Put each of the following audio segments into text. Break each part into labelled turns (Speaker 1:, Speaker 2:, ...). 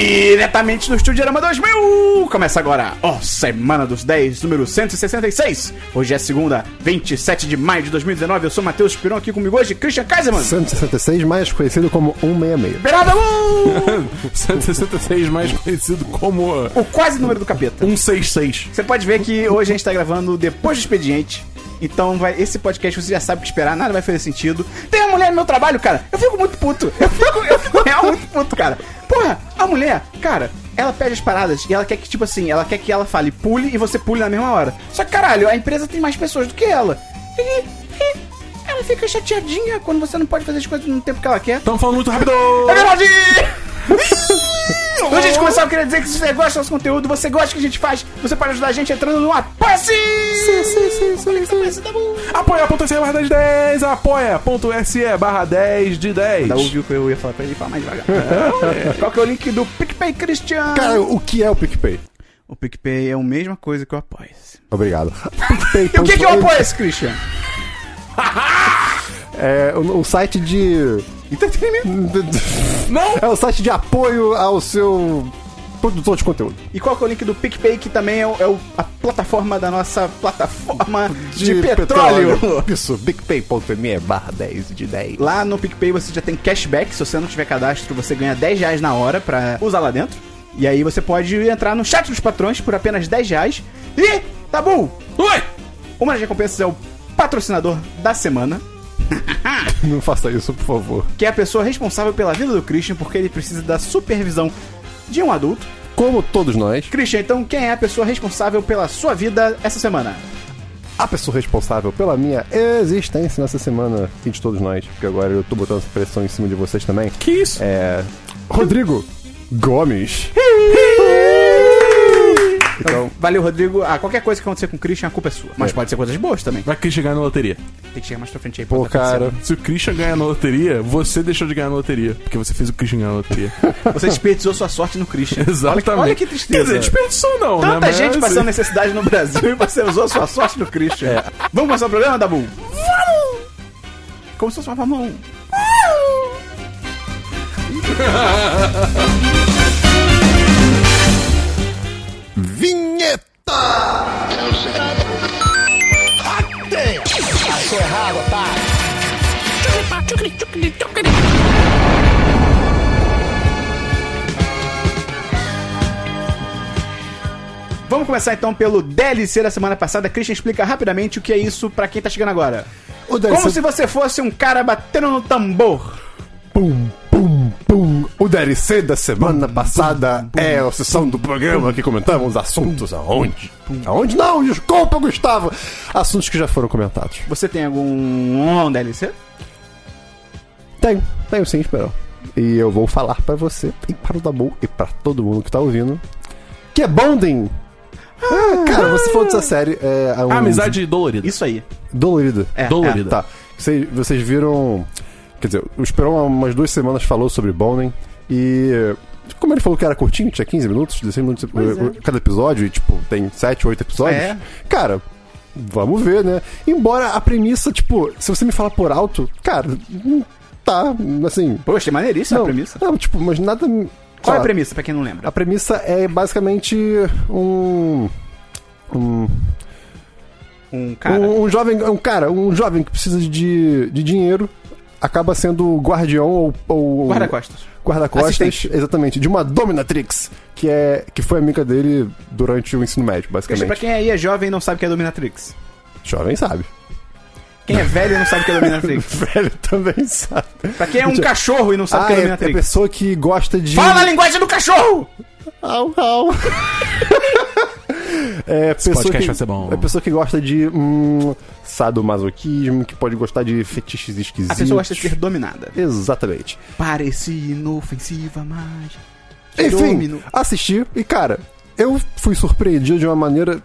Speaker 1: diretamente do Estúdio Arama 2000! Começa agora, ó, Semana dos 10, número 166. Hoje é segunda, 27 de maio de 2019. Eu sou Matheus Pirão, aqui comigo hoje, Christian Kaiserman.
Speaker 2: 166, mais conhecido como 166.
Speaker 1: Berada Lu!
Speaker 3: é 166, mais conhecido como
Speaker 1: uh! O quase número do capeta.
Speaker 3: 166.
Speaker 1: Você pode ver que hoje a gente tá gravando depois do expediente. Então, vai, esse podcast você já sabe o que esperar, nada vai fazer sentido. Tem uma mulher no meu trabalho, cara. Eu fico muito puto. Eu fico, eu fico real muito puto, cara. Porra, a mulher, cara, ela pede as paradas e ela quer que, tipo assim, ela quer que ela fale pule e você pule na mesma hora. Só que, caralho, a empresa tem mais pessoas do que ela. E, e ela fica chateadinha quando você não pode fazer as coisas no tempo que ela quer.
Speaker 3: Estamos falando muito rápido!
Speaker 1: É verdade! Antes de começar, eu queria dizer que se você gosta do nosso conteúdo, você gosta do que a gente faz, você pode ajudar a gente entrando no Apoia-se! tá
Speaker 3: Apoia.se barra 10 de 10, apoia.se barra 10 de 10.
Speaker 1: Ainda ouviu o que eu ia falar pra ele falar mais devagar. Qual que é o link do PicPay, Christian?
Speaker 2: Cara, o que é o PicPay?
Speaker 1: o PicPay é a mesma coisa que o Apoia-se.
Speaker 2: Obrigado. um
Speaker 1: E o que, que é o Apoia-se, Christian?
Speaker 2: É um, um site de...
Speaker 1: Entretenimento.
Speaker 3: Não!
Speaker 2: É um site de apoio ao seu produtor de conteúdo.
Speaker 1: E qual que é o link do PicPay, que também é, o- é o- a plataforma da nossa plataforma de, petróleo.
Speaker 2: Isso, bigpay.me barra 10 de 10.
Speaker 1: Lá no PicPay você já tem cashback. Se você não tiver cadastro, você ganha 10 reais na hora pra usar lá dentro. E aí você pode entrar no chat dos patrões por apenas 10 reais. E, tá bom!
Speaker 3: Oi!
Speaker 1: Uma das recompensas é o patrocinador da semana,
Speaker 2: Não faça isso, por favor.
Speaker 1: que é a pessoa responsável pela vida do Christian, porque ele precisa da supervisão de um adulto.
Speaker 2: Como todos nós,
Speaker 1: Christian, então quem é a pessoa responsável pela sua vida essa semana?
Speaker 2: a pessoa responsável pela minha existência nessa semana e de todos nós, porque agora eu tô botando essa pressão em cima de vocês também,
Speaker 3: Que isso?
Speaker 2: é... Rodrigo Gomes. Então,
Speaker 1: Valeu, Rodrigo. Ah, qualquer coisa que acontecer com o Christian, a culpa é sua. Mas pode ser coisas boas também.
Speaker 3: Vai que Christian ganha na loteria.
Speaker 1: Tem que chegar mais pra frente aí.
Speaker 2: pô,
Speaker 1: pra acontecer.
Speaker 2: cara...
Speaker 3: Se o Christian ganha na loteria, você deixou de ganhar na loteria. Porque você fez o Christian ganhar na loteria.
Speaker 1: Você desperdiçou sua sorte no Christian.
Speaker 3: Exatamente.
Speaker 1: Olha, olha que
Speaker 3: Quer
Speaker 1: tristeza.
Speaker 3: dizer, desperdiçou não, né?
Speaker 1: Tanta
Speaker 3: Mas,
Speaker 1: gente passando
Speaker 3: assim,
Speaker 1: necessidade no Brasil e você usou sua sorte no Christian. Vamos começar o programa, Dabu? Vamos! Como se fosse uma um. Fórmula 1.
Speaker 2: Vinheta!
Speaker 1: Vamos começar então pelo DLC da semana passada. Christian explica rapidamente o que é isso pra quem tá chegando agora.
Speaker 2: O DLC...
Speaker 1: Como se você fosse um cara batendo no tambor.
Speaker 2: Pum, pum, pum. O DLC da semana passada é a sessão do programa que comentamos assuntos aonde? Aonde não? Desculpa, Gustavo! Assuntos que já foram comentados.
Speaker 1: Você tem algum um DLC?
Speaker 2: Tenho, tenho sim, Esperão. E eu vou falar pra você, e para o Dabu, e pra todo mundo que tá ouvindo, que é Bonding! Ah, cara, você falou dessa série. É, é um-
Speaker 3: Amizade dolorida.
Speaker 1: Isso aí.
Speaker 2: Dolorida.
Speaker 1: É,
Speaker 3: Dolorido.
Speaker 2: Tá. Vocês, vocês viram. Quer dizer, o Esperon há umas duas semanas falou sobre Bonding e. Como ele falou que era curtinho, tinha 15 minutos, 16 minutos eh, cada episódio, e tipo, tem 7, 8 episódios.
Speaker 1: É.
Speaker 2: Cara, vamos ver, né? Embora a premissa, tipo, se você me falar por alto, cara, hum, tá, assim.
Speaker 1: Poxa, é maneiríssima
Speaker 2: não,
Speaker 1: a premissa.
Speaker 2: Não, tipo, mas nada. sei
Speaker 1: Qual é a
Speaker 2: lá,
Speaker 1: premissa, pra quem não lembra?
Speaker 2: a premissa é basicamente um. Um
Speaker 1: Um cara.
Speaker 2: um, um jovem, um cara, um jovem que precisa de, de dinheiro acaba sendo guardião ou, ou
Speaker 1: Guarda-costas.
Speaker 2: guarda-costas,
Speaker 1: Assistente.
Speaker 2: exatamente, de uma dominatrix que é que foi amiga dele durante o ensino
Speaker 1: Christian,
Speaker 2: médio,
Speaker 1: pra
Speaker 2: basicamente.
Speaker 1: quem aí é jovem e não sabe o que é Dominatrix.
Speaker 2: Jovem sabe,
Speaker 1: Quem é velho e não sabe o que é Dominatrix.
Speaker 2: velho também sabe.
Speaker 1: Pra quem é um cachorro e não sabe o
Speaker 2: Ah,
Speaker 1: que é
Speaker 2: é, é a
Speaker 1: Dominatrix.
Speaker 2: pessoa que gosta de
Speaker 1: Fala a linguagem do cachorro!
Speaker 2: Au, au. É, pessoa
Speaker 3: podcast
Speaker 2: que,
Speaker 3: vai ser bom.
Speaker 2: É pessoa que gosta de hum, sadomasoquismo, que pode gostar de fetiches
Speaker 1: A
Speaker 2: esquisitos.
Speaker 1: pessoa gosta de ser dominada.
Speaker 2: Exatamente.
Speaker 1: Parecia inofensiva, mas.
Speaker 2: Enfim,
Speaker 1: Domino.
Speaker 2: assisti e, cara, eu fui surpreendido de uma maneira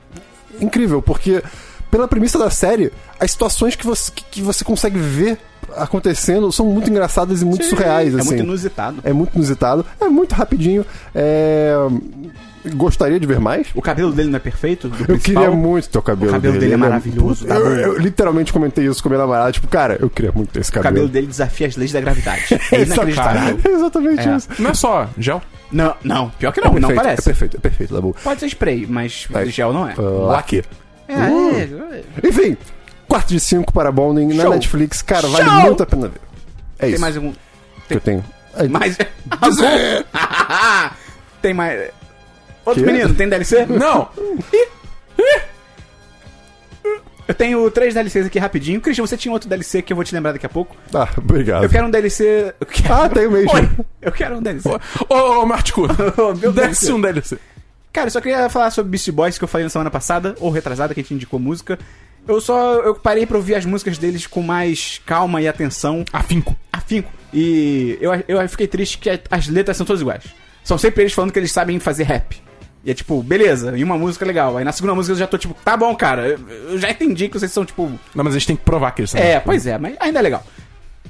Speaker 2: incrível, porque pela premissa da série, as situações que você, que, que você consegue ver acontecendo são muito engraçadas e muito surreais,
Speaker 1: É
Speaker 2: assim.
Speaker 1: muito inusitado.
Speaker 2: É muito inusitado, é muito rapidinho, é... Gostaria de ver mais?
Speaker 1: O cabelo dele não é perfeito? Do
Speaker 2: Eu
Speaker 1: principal?
Speaker 2: queria muito ter o cabelo
Speaker 1: O cabelo dele é
Speaker 2: Ele
Speaker 1: maravilhoso, tá
Speaker 2: Eu,
Speaker 1: bom.
Speaker 2: eu literalmente comentei isso com a minha namorada, tipo, cara, eu queria muito ter esse
Speaker 1: O
Speaker 2: cabelo.
Speaker 1: cabelo dele desafia as leis da gravidade. É
Speaker 2: Essa-
Speaker 1: inacreditável.
Speaker 2: É exatamente
Speaker 1: É.
Speaker 2: isso.
Speaker 3: Não é só gel.
Speaker 1: Não, não, pior que não, não
Speaker 2: perfeito, É
Speaker 1: parece.
Speaker 2: perfeito, é perfeito, Dabu.
Speaker 1: Pode ser spray, mas
Speaker 2: Aí.
Speaker 1: gel não é.
Speaker 2: Uh, Laque.
Speaker 1: É,
Speaker 2: uh,
Speaker 1: é, é.
Speaker 2: Enfim, 4 de 5 para Bonding na
Speaker 1: Show.
Speaker 2: Netflix. Cara, vale
Speaker 1: Show.
Speaker 2: muito a pena ver. É
Speaker 1: Tem
Speaker 2: isso
Speaker 1: mais algum.
Speaker 2: que eu tenho. Aí,
Speaker 1: Mais. tem mais. Outro
Speaker 2: Quê?
Speaker 1: menino, tem DLC?
Speaker 3: Não!
Speaker 1: Eu tenho três DLCs aqui rapidinho. Christian, você tinha outro DLC que eu vou te lembrar daqui a pouco.
Speaker 2: Ah, obrigado.
Speaker 1: Eu quero um DLC. eu quero- um
Speaker 2: Ah, tenho mesmo.
Speaker 1: Oi, eu quero um DLC.
Speaker 3: Ô, ô, Martico,
Speaker 1: Oh, Meu
Speaker 3: desce
Speaker 1: DLC.
Speaker 3: um DLC.
Speaker 1: Cara, eu só queria falar sobre Beast Boys que eu falei na semana passada, ou retrasada, que a gente indicou música. Eu só eu parei pra ouvir as músicas deles com mais calma e atenção,
Speaker 3: Afinco.
Speaker 1: afinco. E eu, eu fiquei triste que as letras são todas iguais. São sempre eles falando que eles sabem fazer rap. E é tipo, beleza, e uma música legal. Aí na segunda música eu já tô tipo, tá bom, cara, eu, eu já entendi que vocês são tipo.
Speaker 3: Não, mas a gente tem que provar que eles sabem.
Speaker 1: É, pois é, mas ainda é legal.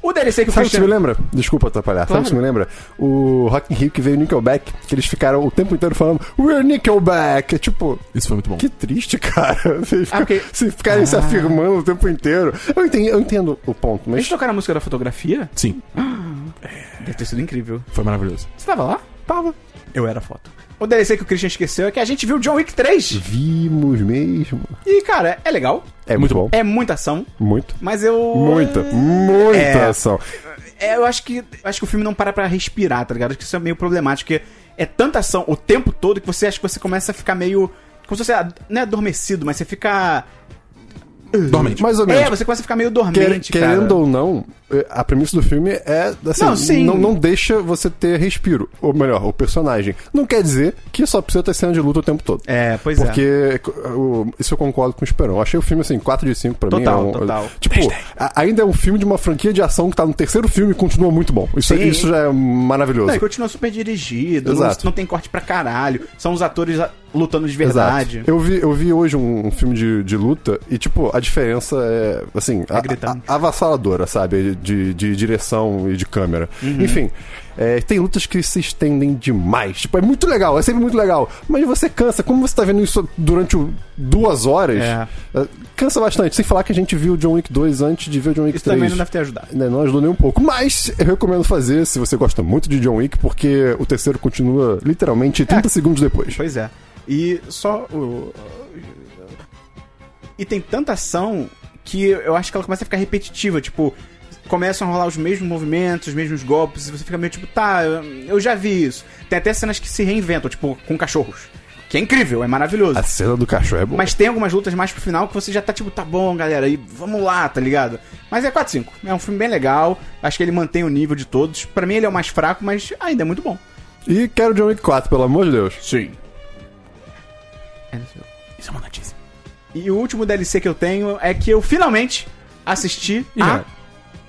Speaker 1: O DLC que eu
Speaker 2: Sabe o que
Speaker 1: fiz.
Speaker 2: isso me lembra? Desculpa atrapalhar. Sabe o que isso me lembra? O Rock in Rio que veio Nickelback, que eles ficaram o tempo inteiro falando We're Nickelback. É tipo,
Speaker 3: Isso foi muito bom.
Speaker 2: que triste, cara. Vocês,
Speaker 1: Ah, porque-
Speaker 2: ficam- vocês ficarem se afirmando o tempo inteiro. Eu entendo, eu entendo o ponto, mas
Speaker 1: Eles tocaram a música da fotografia?
Speaker 3: Sim,
Speaker 1: Deve ter sido incrível.
Speaker 3: foi maravilhoso.
Speaker 1: Você tava lá?
Speaker 2: tava.
Speaker 1: Eu era a foto. O DLC que o Christian esqueceu é que a gente viu John Wick 3.
Speaker 2: Vimos mesmo.
Speaker 1: E, cara, é legal.
Speaker 2: É
Speaker 3: Muito
Speaker 2: muito, bom.
Speaker 1: É muita ação,
Speaker 2: Muito.
Speaker 1: mas eu.
Speaker 2: Muita, muita
Speaker 1: É.
Speaker 2: ação.
Speaker 1: É, eu acho que. eu acho que o filme não para pra respirar, tá ligado? Acho que isso é meio problemático, porque é tanta ação o tempo todo que você acha que você começa a ficar meio. Como se você. ad- Não é adormecido, mas você fica.
Speaker 3: Dormente.
Speaker 2: Mais ou menos.
Speaker 1: É, você começa a ficar meio
Speaker 2: Quer-
Speaker 1: dormente, cara.
Speaker 2: querendo ou não, eh, a premissa do filme é assim,
Speaker 1: Não,
Speaker 2: não,
Speaker 1: sim.
Speaker 2: Não, deixa você ter respiro. Ou melhor, o personagem. Não quer dizer que só precisa ter cena de luta o tempo todo.
Speaker 1: É, pois é.
Speaker 2: Porque eh, o- isso eu concordo com o Esperão. Eu Achei o filme assim, 4 de 5 pra
Speaker 1: Total,
Speaker 2: mim. é um-
Speaker 1: total.
Speaker 2: Tipo, a- ainda é um filme de uma franquia de ação que tá no terceiro filme e continua muito bom. Isso,
Speaker 1: Sim.
Speaker 2: isso já é maravilhoso.
Speaker 1: Não, e continua super dirigido, não,
Speaker 2: Exato.
Speaker 1: não tem corte pra caralho. São os atores ah, lutando de
Speaker 2: Exato.
Speaker 1: verdade.
Speaker 2: Eu vi, eu vi hoje um, um filme de, de luta e, tipo, a diferença é, assim, a-
Speaker 1: gritante.
Speaker 2: a- avassaladora, sabe? De, de direção e de câmera.
Speaker 1: Uhum.
Speaker 2: Enfim, é, tem lutas que se estendem demais. Tipo, é muito legal, é sempre muito legal. Mas você cansa. Como você tá vendo isso durante o- duas horas,
Speaker 1: É.
Speaker 2: é, cansa bastante. Sem falar que a gente viu o John Wick 2 antes de ver o John Wick
Speaker 1: Isso
Speaker 2: 3.
Speaker 1: também não deve ter ajudado.
Speaker 2: Né, não ajudou nem um pouco, mas eu recomendo fazer se você gosta muito de John Wick, porque o terceiro continua literalmente 30 segundos depois.
Speaker 1: Pois é. E só o. E tem tanta ação que eu acho que ela começa a ficar repetitiva, tipo, começam a rolar os mesmos movimentos, os mesmos golpes, e você fica meio tipo, tá, eu já vi isso. Tem até cenas que se reinventam, tipo, com cachorros. Que é incrível, é maravilhoso.
Speaker 2: A cena do cachorro é boa.
Speaker 1: Mas tem algumas lutas mais pro final que você já tá tipo, tá bom, galera, e vamos lá, tá ligado? Mas é 4-5. É um filme bem legal. Acho que ele mantém o nível de todos. Pra mim ele é o mais fraco, mas ainda é muito bom.
Speaker 2: E quero John Wick 4, pelo amor de Deus.
Speaker 1: Sim.
Speaker 3: Isso é uma notícia.
Speaker 1: E o último DLC que eu tenho é que eu finalmente assisti
Speaker 3: E é.
Speaker 1: a
Speaker 3: já?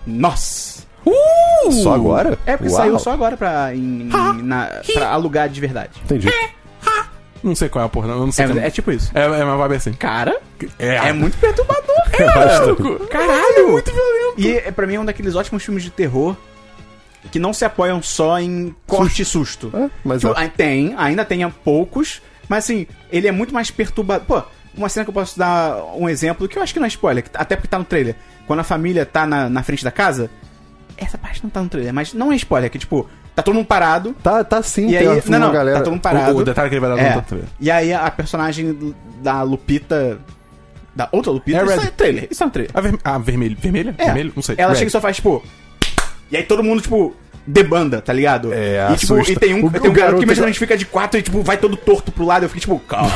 Speaker 1: Nós.
Speaker 3: Uh!
Speaker 2: Só agora?
Speaker 1: É porque
Speaker 2: Uau.
Speaker 1: saiu só agora pra, em- em- na- pra alugar de verdade.
Speaker 2: Entendi.
Speaker 3: Não sei qual é a porra, não, eu não sei.
Speaker 1: É,
Speaker 3: também.
Speaker 1: é tipo isso.
Speaker 3: É, é uma vibe assim.
Speaker 1: Cara, é,
Speaker 3: É,
Speaker 1: muito perturbador,
Speaker 2: É
Speaker 1: cara.
Speaker 2: bastante.
Speaker 1: Caralho!
Speaker 3: muito violento.
Speaker 1: E é, pra mim é um daqueles ótimos filmes de terror que não se apoiam só em corte e
Speaker 3: Ah.
Speaker 1: susto.
Speaker 2: É, mas
Speaker 1: Tipo,
Speaker 2: é.
Speaker 1: ai- Tem, ainda tem a poucos, mas assim, ele é muito mais perturbado. Pô, uma cena que eu posso dar um exemplo, que eu acho que não é spoiler, que- até porque tá no trailer. Quando a família tá na, na frente da casa, essa parte não tá no trailer, mas não é spoiler, que tipo, tá todo mundo parado,
Speaker 2: Tá, tá sim,
Speaker 1: e
Speaker 3: Então,
Speaker 1: aí.
Speaker 2: tem uma-
Speaker 1: Não,
Speaker 2: uma
Speaker 1: não,
Speaker 2: galera.
Speaker 1: tá todo mundo parado.
Speaker 3: O, o detalhe que ele vai dar
Speaker 1: É.
Speaker 3: no outro
Speaker 1: E aí a personagem da Lupita. Da outra Lupita?
Speaker 3: É
Speaker 1: isso
Speaker 3: Red.
Speaker 1: é trailer, isso é um trailer.
Speaker 3: A, ver, a vermelha. Vermelha?
Speaker 1: É.
Speaker 3: Vermelho? Não sei.
Speaker 1: Ela
Speaker 3: Red.
Speaker 1: chega e só faz, tipo. E aí todo mundo, tipo, debanda, tá ligado?
Speaker 2: É,
Speaker 1: e, tipo,
Speaker 2: assusta.
Speaker 1: e tem um,
Speaker 2: O-
Speaker 1: tem um garoto
Speaker 2: o garoto
Speaker 1: que
Speaker 2: já-
Speaker 1: imediatamente fica de quatro e, tipo, vai todo torto pro lado. Eu fico, tipo, calma.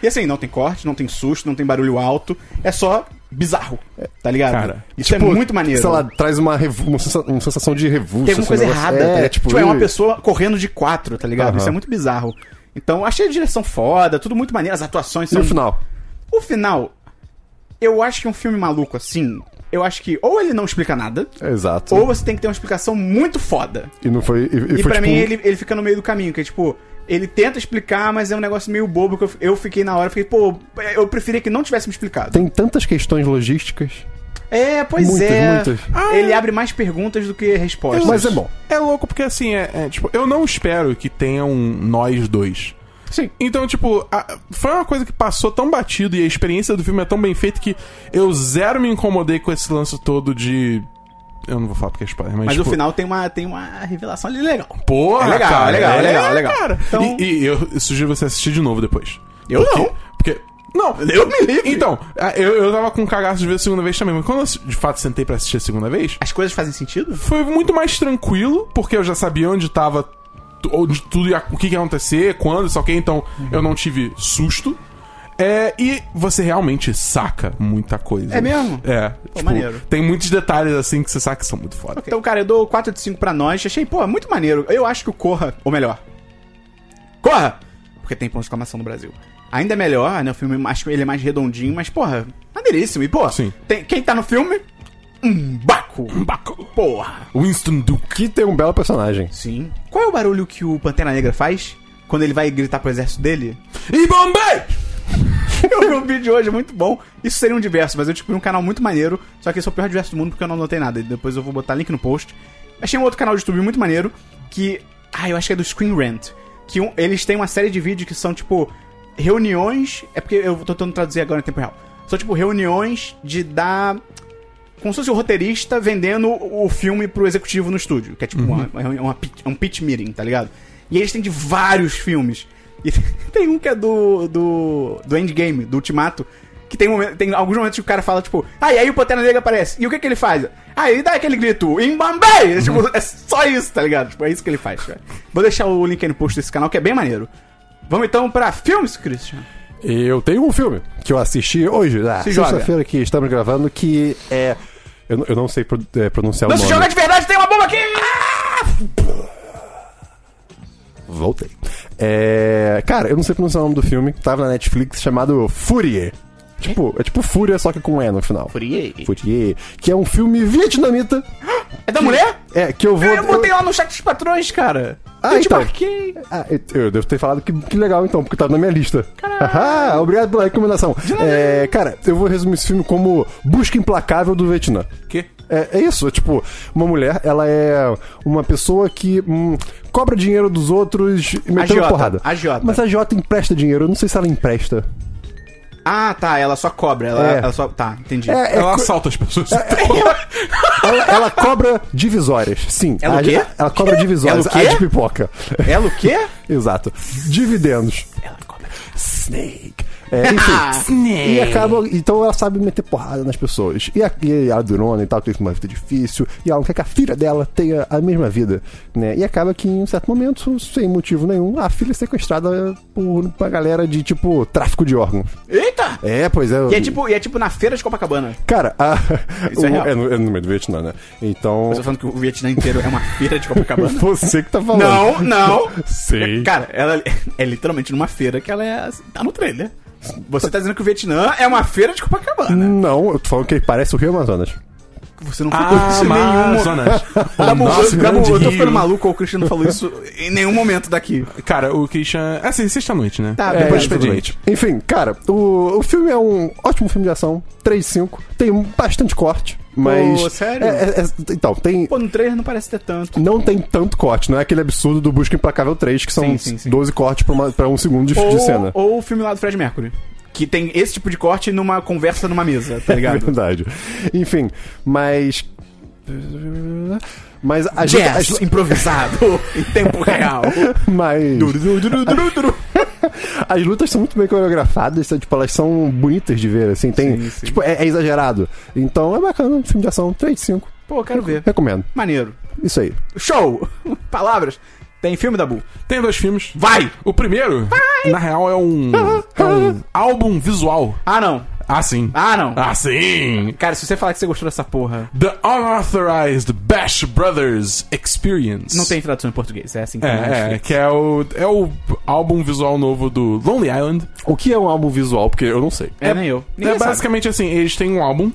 Speaker 1: e assim, não tem corte, não tem susto, não tem barulho alto. É só bizarro, tá ligado?
Speaker 3: Cara,
Speaker 1: isso
Speaker 2: Tipo,
Speaker 1: é muito maneiro.
Speaker 2: Sei lá, traz uma, revu- uma, sensa- uma sensação de revulso.
Speaker 1: Tem alguma
Speaker 2: assim,
Speaker 1: coisa
Speaker 2: um negócio-
Speaker 1: errada, tá
Speaker 2: É,
Speaker 1: ligado?
Speaker 2: tipo,
Speaker 1: tipo, é uma
Speaker 2: ih,
Speaker 1: pessoa correndo de quatro, tá ligado?
Speaker 2: Aham.
Speaker 1: Isso é muito bizarro. Então, achei a direção foda, tudo muito maneiro, as atuações
Speaker 2: E
Speaker 1: são.
Speaker 2: o final?
Speaker 1: O final, eu acho que um filme maluco assim, eu acho que ou ele não explica nada,
Speaker 2: Exato.
Speaker 1: ou você tem que ter uma explicação muito foda.
Speaker 2: E não foi. E,
Speaker 1: E,
Speaker 2: e foi,
Speaker 1: pra
Speaker 2: tipo,
Speaker 1: mim
Speaker 2: um-
Speaker 1: ele, ele fica no meio do caminho, que é tipo, ele tenta explicar, mas é um negócio meio bobo que eu, eu fiquei na hora, fiquei, pô, eu preferia que não tivesse me explicado.
Speaker 2: Tem tantas questões logísticas.
Speaker 1: É, pois
Speaker 2: Muitas,
Speaker 1: é.
Speaker 2: muitas.
Speaker 1: Ele abre mais perguntas do que respostas.
Speaker 2: Mas é bom.
Speaker 3: É louco porque assim, é, é, tipo, eu não espero que tenha um nós dois.
Speaker 1: Sim.
Speaker 3: Então, tipo, a- foi uma coisa que passou tão batido e a experiência do filme é tão bem feita que eu zero me incomodei com esse lance todo de Eu não vou falar porque é spoiler, mas.
Speaker 1: Mas
Speaker 3: tipo,
Speaker 1: no final tem uma, tem uma revelação ali legal.
Speaker 3: Porra,
Speaker 1: É legal,
Speaker 3: cara,
Speaker 1: é legal, é legal, é legal.
Speaker 3: Cara.
Speaker 1: Então-
Speaker 3: E, e eu eu sugiro você assistir de novo depois.
Speaker 1: Eu
Speaker 3: Porque-
Speaker 1: não.
Speaker 3: Porque. Não,
Speaker 1: Eu me livre.
Speaker 3: Então, a- eu, eu tava com um cagaço de ver a segunda vez também, mas quando eu assi- de fato sentei pra assistir a segunda vez,
Speaker 1: As coisas fazem sentido?
Speaker 3: foi muito mais tranquilo, porque eu já sabia onde tava, tu- onde tudo ia, o que, que ia acontecer, quando, só que, então
Speaker 1: Uhum.
Speaker 3: eu não tive susto. É, e você realmente saca muita coisa.
Speaker 1: É mesmo?
Speaker 3: É.
Speaker 1: maneiro.
Speaker 3: Tem muitos detalhes assim que você saca que são muito foda.
Speaker 1: Então, cara, eu dou 4 de 5 pra nós. Achei, pô, muito maneiro. Eu acho que o Corra, ou melhor, Corra! Porque tem ponto de exclamação no Brasil. Ainda é melhor, né? O filme, acho que ele é mais redondinho, mas, porra, maneiríssimo. E, pô,
Speaker 3: Sim.
Speaker 1: tem- quem tá no filme? Um baco.
Speaker 3: Baco.
Speaker 1: Porra.
Speaker 3: Winston Duke.
Speaker 2: Que tem um belo personagem.
Speaker 1: Sim. Qual é o barulho que o Pantera Negra faz quando ele vai gritar pro exército dele?
Speaker 3: E Bombay!
Speaker 1: Eu vi um vídeo hoje muito bom. Isso seria um diverso, mas eu descobri um canal muito maneiro. Só que esse é o pior diverso do mundo porque eu não anotei nada. Depois eu vou botar link no post. Achei um outro canal de YouTube muito maneiro que. Ah, eu acho que é do Screen Rant. Que um- eles têm uma série de vídeos que são tipo. Reuniões. É porque eu tô tentando traduzir agora em tempo real. São tipo reuniões de dar como se fosse o roteirista vendendo o filme pro executivo no estúdio, que é tipo uma- uma- uma pitch- um pitch meeting, tá ligado? E eles têm de vários filmes. E tem um que é do, do, do Endgame, do Ultimato, que tem, momen- tem alguns momentos que o cara fala, tipo, ah, e aí o Pantera Negra aparece. E o que que ele faz? Ah, ele dá aquele grito, em Bombay! Tipo, é só isso, tá ligado? Tipo, é isso que ele faz, cara. Vou deixar o link aí no post desse canal, que é bem maneiro. Vamos então pra filmes, Christian.
Speaker 2: Eu tenho um filme que eu assisti hoje, na
Speaker 1: Se joga.
Speaker 2: sexta-feira que estamos gravando, que é. Eu, não- eu não sei pro- é, pronunciar
Speaker 1: Não
Speaker 2: o
Speaker 1: se
Speaker 2: nome.
Speaker 1: joga de verdade, tem uma bomba aqui!
Speaker 2: Voltei. É, Cara, eu não sei pronunciar o nome do filme, tava na Netflix, chamado Furie. Tipo, é tipo Fúria, só que com E no final.
Speaker 1: Furiei.
Speaker 2: Furie. Que é um filme vietnamita.
Speaker 1: É da mulher?
Speaker 2: É, que eu vou.
Speaker 1: Eu botei lá no chat dos patrões, cara.
Speaker 2: Ah,
Speaker 1: eu te
Speaker 2: então.
Speaker 1: marquei.
Speaker 2: Ah, eu, eu devo ter falado que, que legal então, porque tava na minha lista. Haha, obrigado pela recomendação. É, cara, eu vou resumir esse filme como Busca Implacável do Vietnã.
Speaker 3: Que?
Speaker 2: É, é isso, é tipo, uma mulher, ela é uma pessoa que hum, cobra dinheiro dos outros e metendo
Speaker 1: Agiota,
Speaker 2: porrada.
Speaker 1: agiota.
Speaker 2: Mas a Jota empresta dinheiro, eu não sei se ela empresta.
Speaker 1: Ah, tá. Ela só cobra. Ela,
Speaker 2: É.
Speaker 1: ela só. Tá, entendi.
Speaker 2: É, é
Speaker 3: Ela
Speaker 2: co-
Speaker 3: assalta as pessoas.
Speaker 2: ela, ela cobra divisórias, sim.
Speaker 1: Ela o
Speaker 2: A-
Speaker 1: quê?
Speaker 2: Ela cobra divisórias,
Speaker 1: Ela o quê? É.
Speaker 2: a de pipoca.
Speaker 1: Ela o quê?
Speaker 2: Exato. Dividendos.
Speaker 1: Ela cobra.
Speaker 2: Snake. É, enfim. E acaba. Então ela sabe meter porrada nas pessoas. E a, e a Durona e tal, teve uma vida difícil. E ela não quer que a filha dela tenha a mesma vida. Né? E acaba que em um certo momento, sem motivo nenhum, a filha é sequestrada por uma galera de tipo tráfico de órgãos.
Speaker 1: Eita!
Speaker 2: É, pois é.
Speaker 1: E é tipo, e é tipo na feira de Copacabana.
Speaker 2: Cara, a,
Speaker 1: Isso é
Speaker 2: o-
Speaker 1: real.
Speaker 2: no, é no meio do Vietnã, né? Então.
Speaker 1: Mas eu tô falando que o Vietnã inteiro é uma feira de Copacabana.
Speaker 2: Você que tá falando.
Speaker 1: não, não.
Speaker 2: Sei.
Speaker 1: Cara, ela é literalmente numa feira que ela é. Tá no trailer. Você tá dizendo que o Vietnã é uma feira de Copacabana.
Speaker 2: Não, eu tô falando que parece o Rio Amazonas.
Speaker 1: Você não
Speaker 3: Ah,
Speaker 1: falou isso em nenhum Tá momento.
Speaker 3: Amazonas. O
Speaker 1: Dabu, Dabu,
Speaker 3: nosso grande
Speaker 1: eu tô ficando
Speaker 3: rio.
Speaker 1: maluco, o Christian não falou isso em nenhum momento daqui.
Speaker 3: Cara, o Christian. Assim, sexta-noite, né?
Speaker 1: Tá,
Speaker 3: depois do
Speaker 1: é, tudo
Speaker 3: expediente.
Speaker 2: Enfim, cara, o, o filme é um ótimo filme de ação, 3 de 5, tem um bastante corte, mas...
Speaker 1: Pô, sério?
Speaker 2: É, é, é, então, tem...
Speaker 1: Pô, no trailer não parece ter tanto.
Speaker 2: Não tem tanto corte, não é aquele absurdo do Busca Implacável 3, que são
Speaker 1: Sim, sim, sim.
Speaker 2: 12 cortes pra, uma- pra um segundo de, de
Speaker 1: ou,
Speaker 2: cena.
Speaker 1: ou o filme lá do Fred Mercury. Que tem esse tipo de corte numa conversa numa mesa, tá
Speaker 2: É
Speaker 1: ligado?
Speaker 2: verdade. Enfim, mas... Mas a gente... a
Speaker 1: Jazz
Speaker 2: gente-
Speaker 1: improvisado em tempo real.
Speaker 2: mas...
Speaker 1: Duru, duru, duru, duru, duru.
Speaker 2: As lutas são muito bem coreografadas, tá? tipo, elas são bonitas de ver, assim, tem...
Speaker 1: Sim, sim.
Speaker 2: Tipo, é, é exagerado. Então é bacana, filme de ação, 3 de 5.
Speaker 1: Pô, quero ver.
Speaker 2: Recomendo.
Speaker 1: Maneiro.
Speaker 2: Isso aí.
Speaker 1: Show! Palavras. Tem filme, Dabu?
Speaker 3: Tem dois filmes.
Speaker 1: Vai!
Speaker 3: O primeiro, na real, é um. É um álbum visual.
Speaker 1: Ah, não.
Speaker 3: Ah, sim.
Speaker 1: Ah, não.
Speaker 3: Ah, sim!
Speaker 1: Cara, se você falar que você gostou dessa porra,
Speaker 3: The Unauthorized Bash Brothers Experience.
Speaker 1: não tem tradução em português. É assim que
Speaker 3: É, é, que é o, é o álbum visual novo do Lonely Island.
Speaker 2: O que é um álbum visual? Porque eu não sei.
Speaker 1: é, é nem eu. Ninguém
Speaker 3: é
Speaker 1: sabe.
Speaker 3: basicamente assim, eles têm um álbum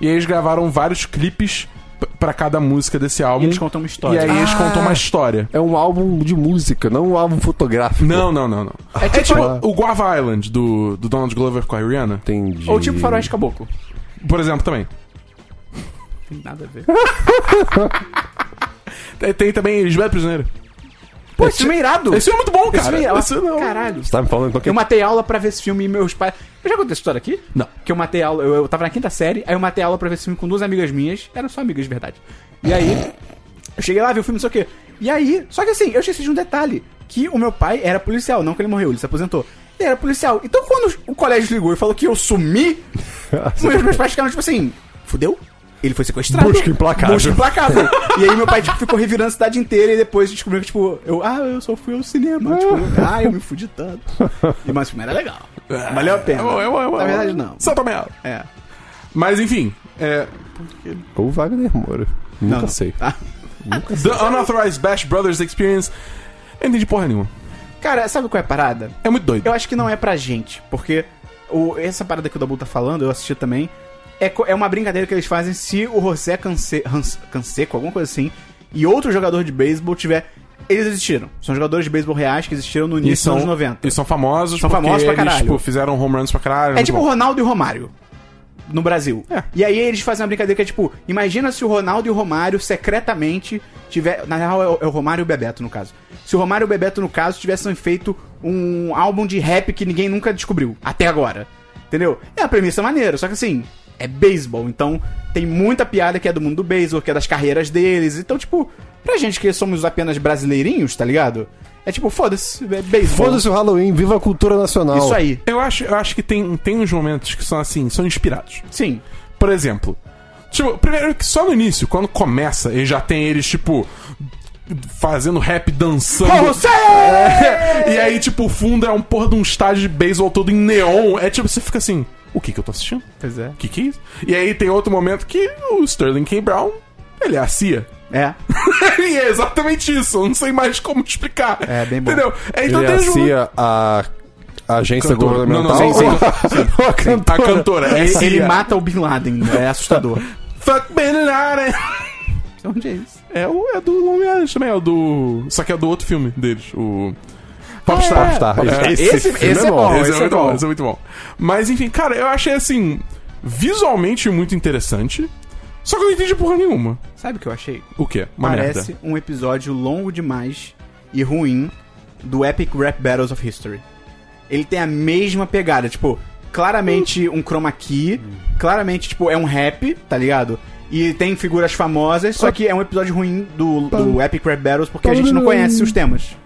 Speaker 3: e eles gravaram vários clipes p- pra cada música desse álbum.
Speaker 1: E eles contam uma história.
Speaker 3: E aí eles contam uma história.
Speaker 2: É um álbum de música, não um álbum fotográfico.
Speaker 3: Não, não, não, não.
Speaker 1: É tipo,
Speaker 3: O Guava Island, do, do Donald Glover com a Rihanna,
Speaker 2: Entendi.
Speaker 1: ou tipo Faroeste Caboclo.
Speaker 3: por exemplo, também.
Speaker 1: Tem nada a ver.
Speaker 3: Tem, tem também Lisbeth Prisioneiro.
Speaker 1: Pô, esse filme é irado.
Speaker 3: Esse filme é muito bom,
Speaker 1: Esse
Speaker 3: cara.
Speaker 1: filme é-
Speaker 3: Esse não.
Speaker 1: Caralho.
Speaker 2: Você tá me falando então que...
Speaker 1: Eu matei aula pra ver esse filme e meus pais. Eu já contei essa história aqui?
Speaker 3: Não.
Speaker 1: Que eu matei aula. Eu, eu tava na quinta série, aí eu matei aula pra ver esse filme com duas amigas minhas. Eram só amigas de verdade. E aí, eu cheguei lá, vi o filme, não sei o quê. E aí, só que assim, eu esqueci de um detalhe: que o meu pai era policial, não que ele morreu, ele se aposentou. Ele era policial. Então quando o colégio ligou e falou que eu sumi, meus, meus pais ficaram tipo assim: fudeu? Ele foi sequestrado.
Speaker 2: Busca implacável.
Speaker 1: Busca implacável. e aí meu pai tipo, ficou revirando a cidade inteira e depois descobriu que, tipo, eu, ah, eu só fui ao cinema. tipo, ah, eu me fudi tanto. E, mas o filme era legal.
Speaker 2: Ah.
Speaker 1: Valeu a
Speaker 2: É,
Speaker 1: pena.
Speaker 3: Eu, eu, eu,
Speaker 1: Na verdade, não.
Speaker 3: é Só tomei ela.
Speaker 1: É.
Speaker 3: Mas enfim, é.
Speaker 2: Ou Wagner Moura. Nunca
Speaker 1: não.
Speaker 2: sei.
Speaker 1: Tá.
Speaker 3: The Unauthorized Bash Brothers Experience. Eu não entendi porra nenhuma.
Speaker 1: Cara, sabe qual é a parada?
Speaker 3: É muito doido.
Speaker 1: Eu acho que não é pra gente, porque o- essa parada que o Dabu tá falando, eu assisti também, é, co- é uma brincadeira que eles fazem se o José Canse, Hans- Canseco, alguma coisa assim, e outro jogador de beisebol tiver. Eles existiram. São jogadores de beisebol reais que existiram no início dos anos 90.
Speaker 3: Eles são famosos,
Speaker 1: São
Speaker 3: porque
Speaker 1: famosos pra
Speaker 3: eles,
Speaker 1: caralho.
Speaker 3: tipo, fizeram home runs pra caralho.
Speaker 1: É tipo o Ronaldo e o Romário. No Brasil.
Speaker 3: É.
Speaker 1: E aí eles fazem uma brincadeira que é tipo: imagina se o Ronaldo e o Romário secretamente tiver. Na real, é o- é o Romário e o Bebeto, no caso. Se o Romário e o Bebeto, no caso, tivessem feito um álbum de rap que ninguém nunca descobriu. Até agora. Entendeu? É uma premissa maneira, só que assim, é beisebol. Então tem muita piada que é do mundo do beisebol, que é das carreiras deles. Então, tipo, pra gente que somos apenas brasileirinhos, tá ligado? É tipo, foda-se, é beisebol.
Speaker 2: Foda-se o Halloween, viva a cultura nacional.
Speaker 1: Isso aí.
Speaker 3: Eu acho, eu acho que tem, tem uns momentos que são assim, são inspirados.
Speaker 1: Sim.
Speaker 3: Por exemplo, tipo, primeiro que só no início, quando começa, ele já tem eles, tipo, fazendo rap, dançando. É, e aí, tipo, o fundo é um porra de um estádio de beisebol todo em neon. É tipo, você fica assim, o que que eu tô assistindo?
Speaker 1: Pois é.
Speaker 3: O que que é isso? E aí tem outro momento que o Sterling K. Brown, ele é a CIA.
Speaker 1: É.
Speaker 3: e é exatamente isso, eu não sei mais como te explicar.
Speaker 1: É, bem bom.
Speaker 3: Entendeu? É, então
Speaker 2: Ele
Speaker 3: tem uns momentos-
Speaker 2: acia a, a agência
Speaker 3: Cantor.
Speaker 2: governamental.
Speaker 3: Não, não, sim, sim.
Speaker 2: Ou a
Speaker 3: A
Speaker 2: cantora.
Speaker 3: cantora. é
Speaker 1: Ele,
Speaker 3: CIA.
Speaker 1: mata o Bin Laden, é assustador.
Speaker 3: Fuck Bin Laden.
Speaker 1: Onde é isso?
Speaker 3: É, o, é do Homem-Aranha também, é o do. Só que é do outro filme deles, o. Popstar.
Speaker 2: Popstar,
Speaker 3: É.
Speaker 2: Esse,
Speaker 1: Esse-
Speaker 2: filme
Speaker 1: esse
Speaker 2: é
Speaker 1: é
Speaker 2: bom.
Speaker 1: bom.
Speaker 3: Esse, é
Speaker 1: esse
Speaker 3: muito
Speaker 1: é
Speaker 3: bom.
Speaker 1: bom.
Speaker 3: esse é muito bom. Mas enfim, cara, eu achei assim. Visualmente muito interessante. Só que eu não entendi porra nenhuma.
Speaker 1: Sabe o que eu achei?
Speaker 3: O quê? Uma
Speaker 1: Parece
Speaker 3: merda.
Speaker 1: um episódio longo demais e ruim do Epic Rap Battles of History. Ele tem a mesma pegada, tipo, claramente um chroma key, claramente, tipo, é um rap, tá ligado? E tem figuras famosas, só que é um episódio ruim do, do Epic Rap Battles porque a gente não conhece os temas.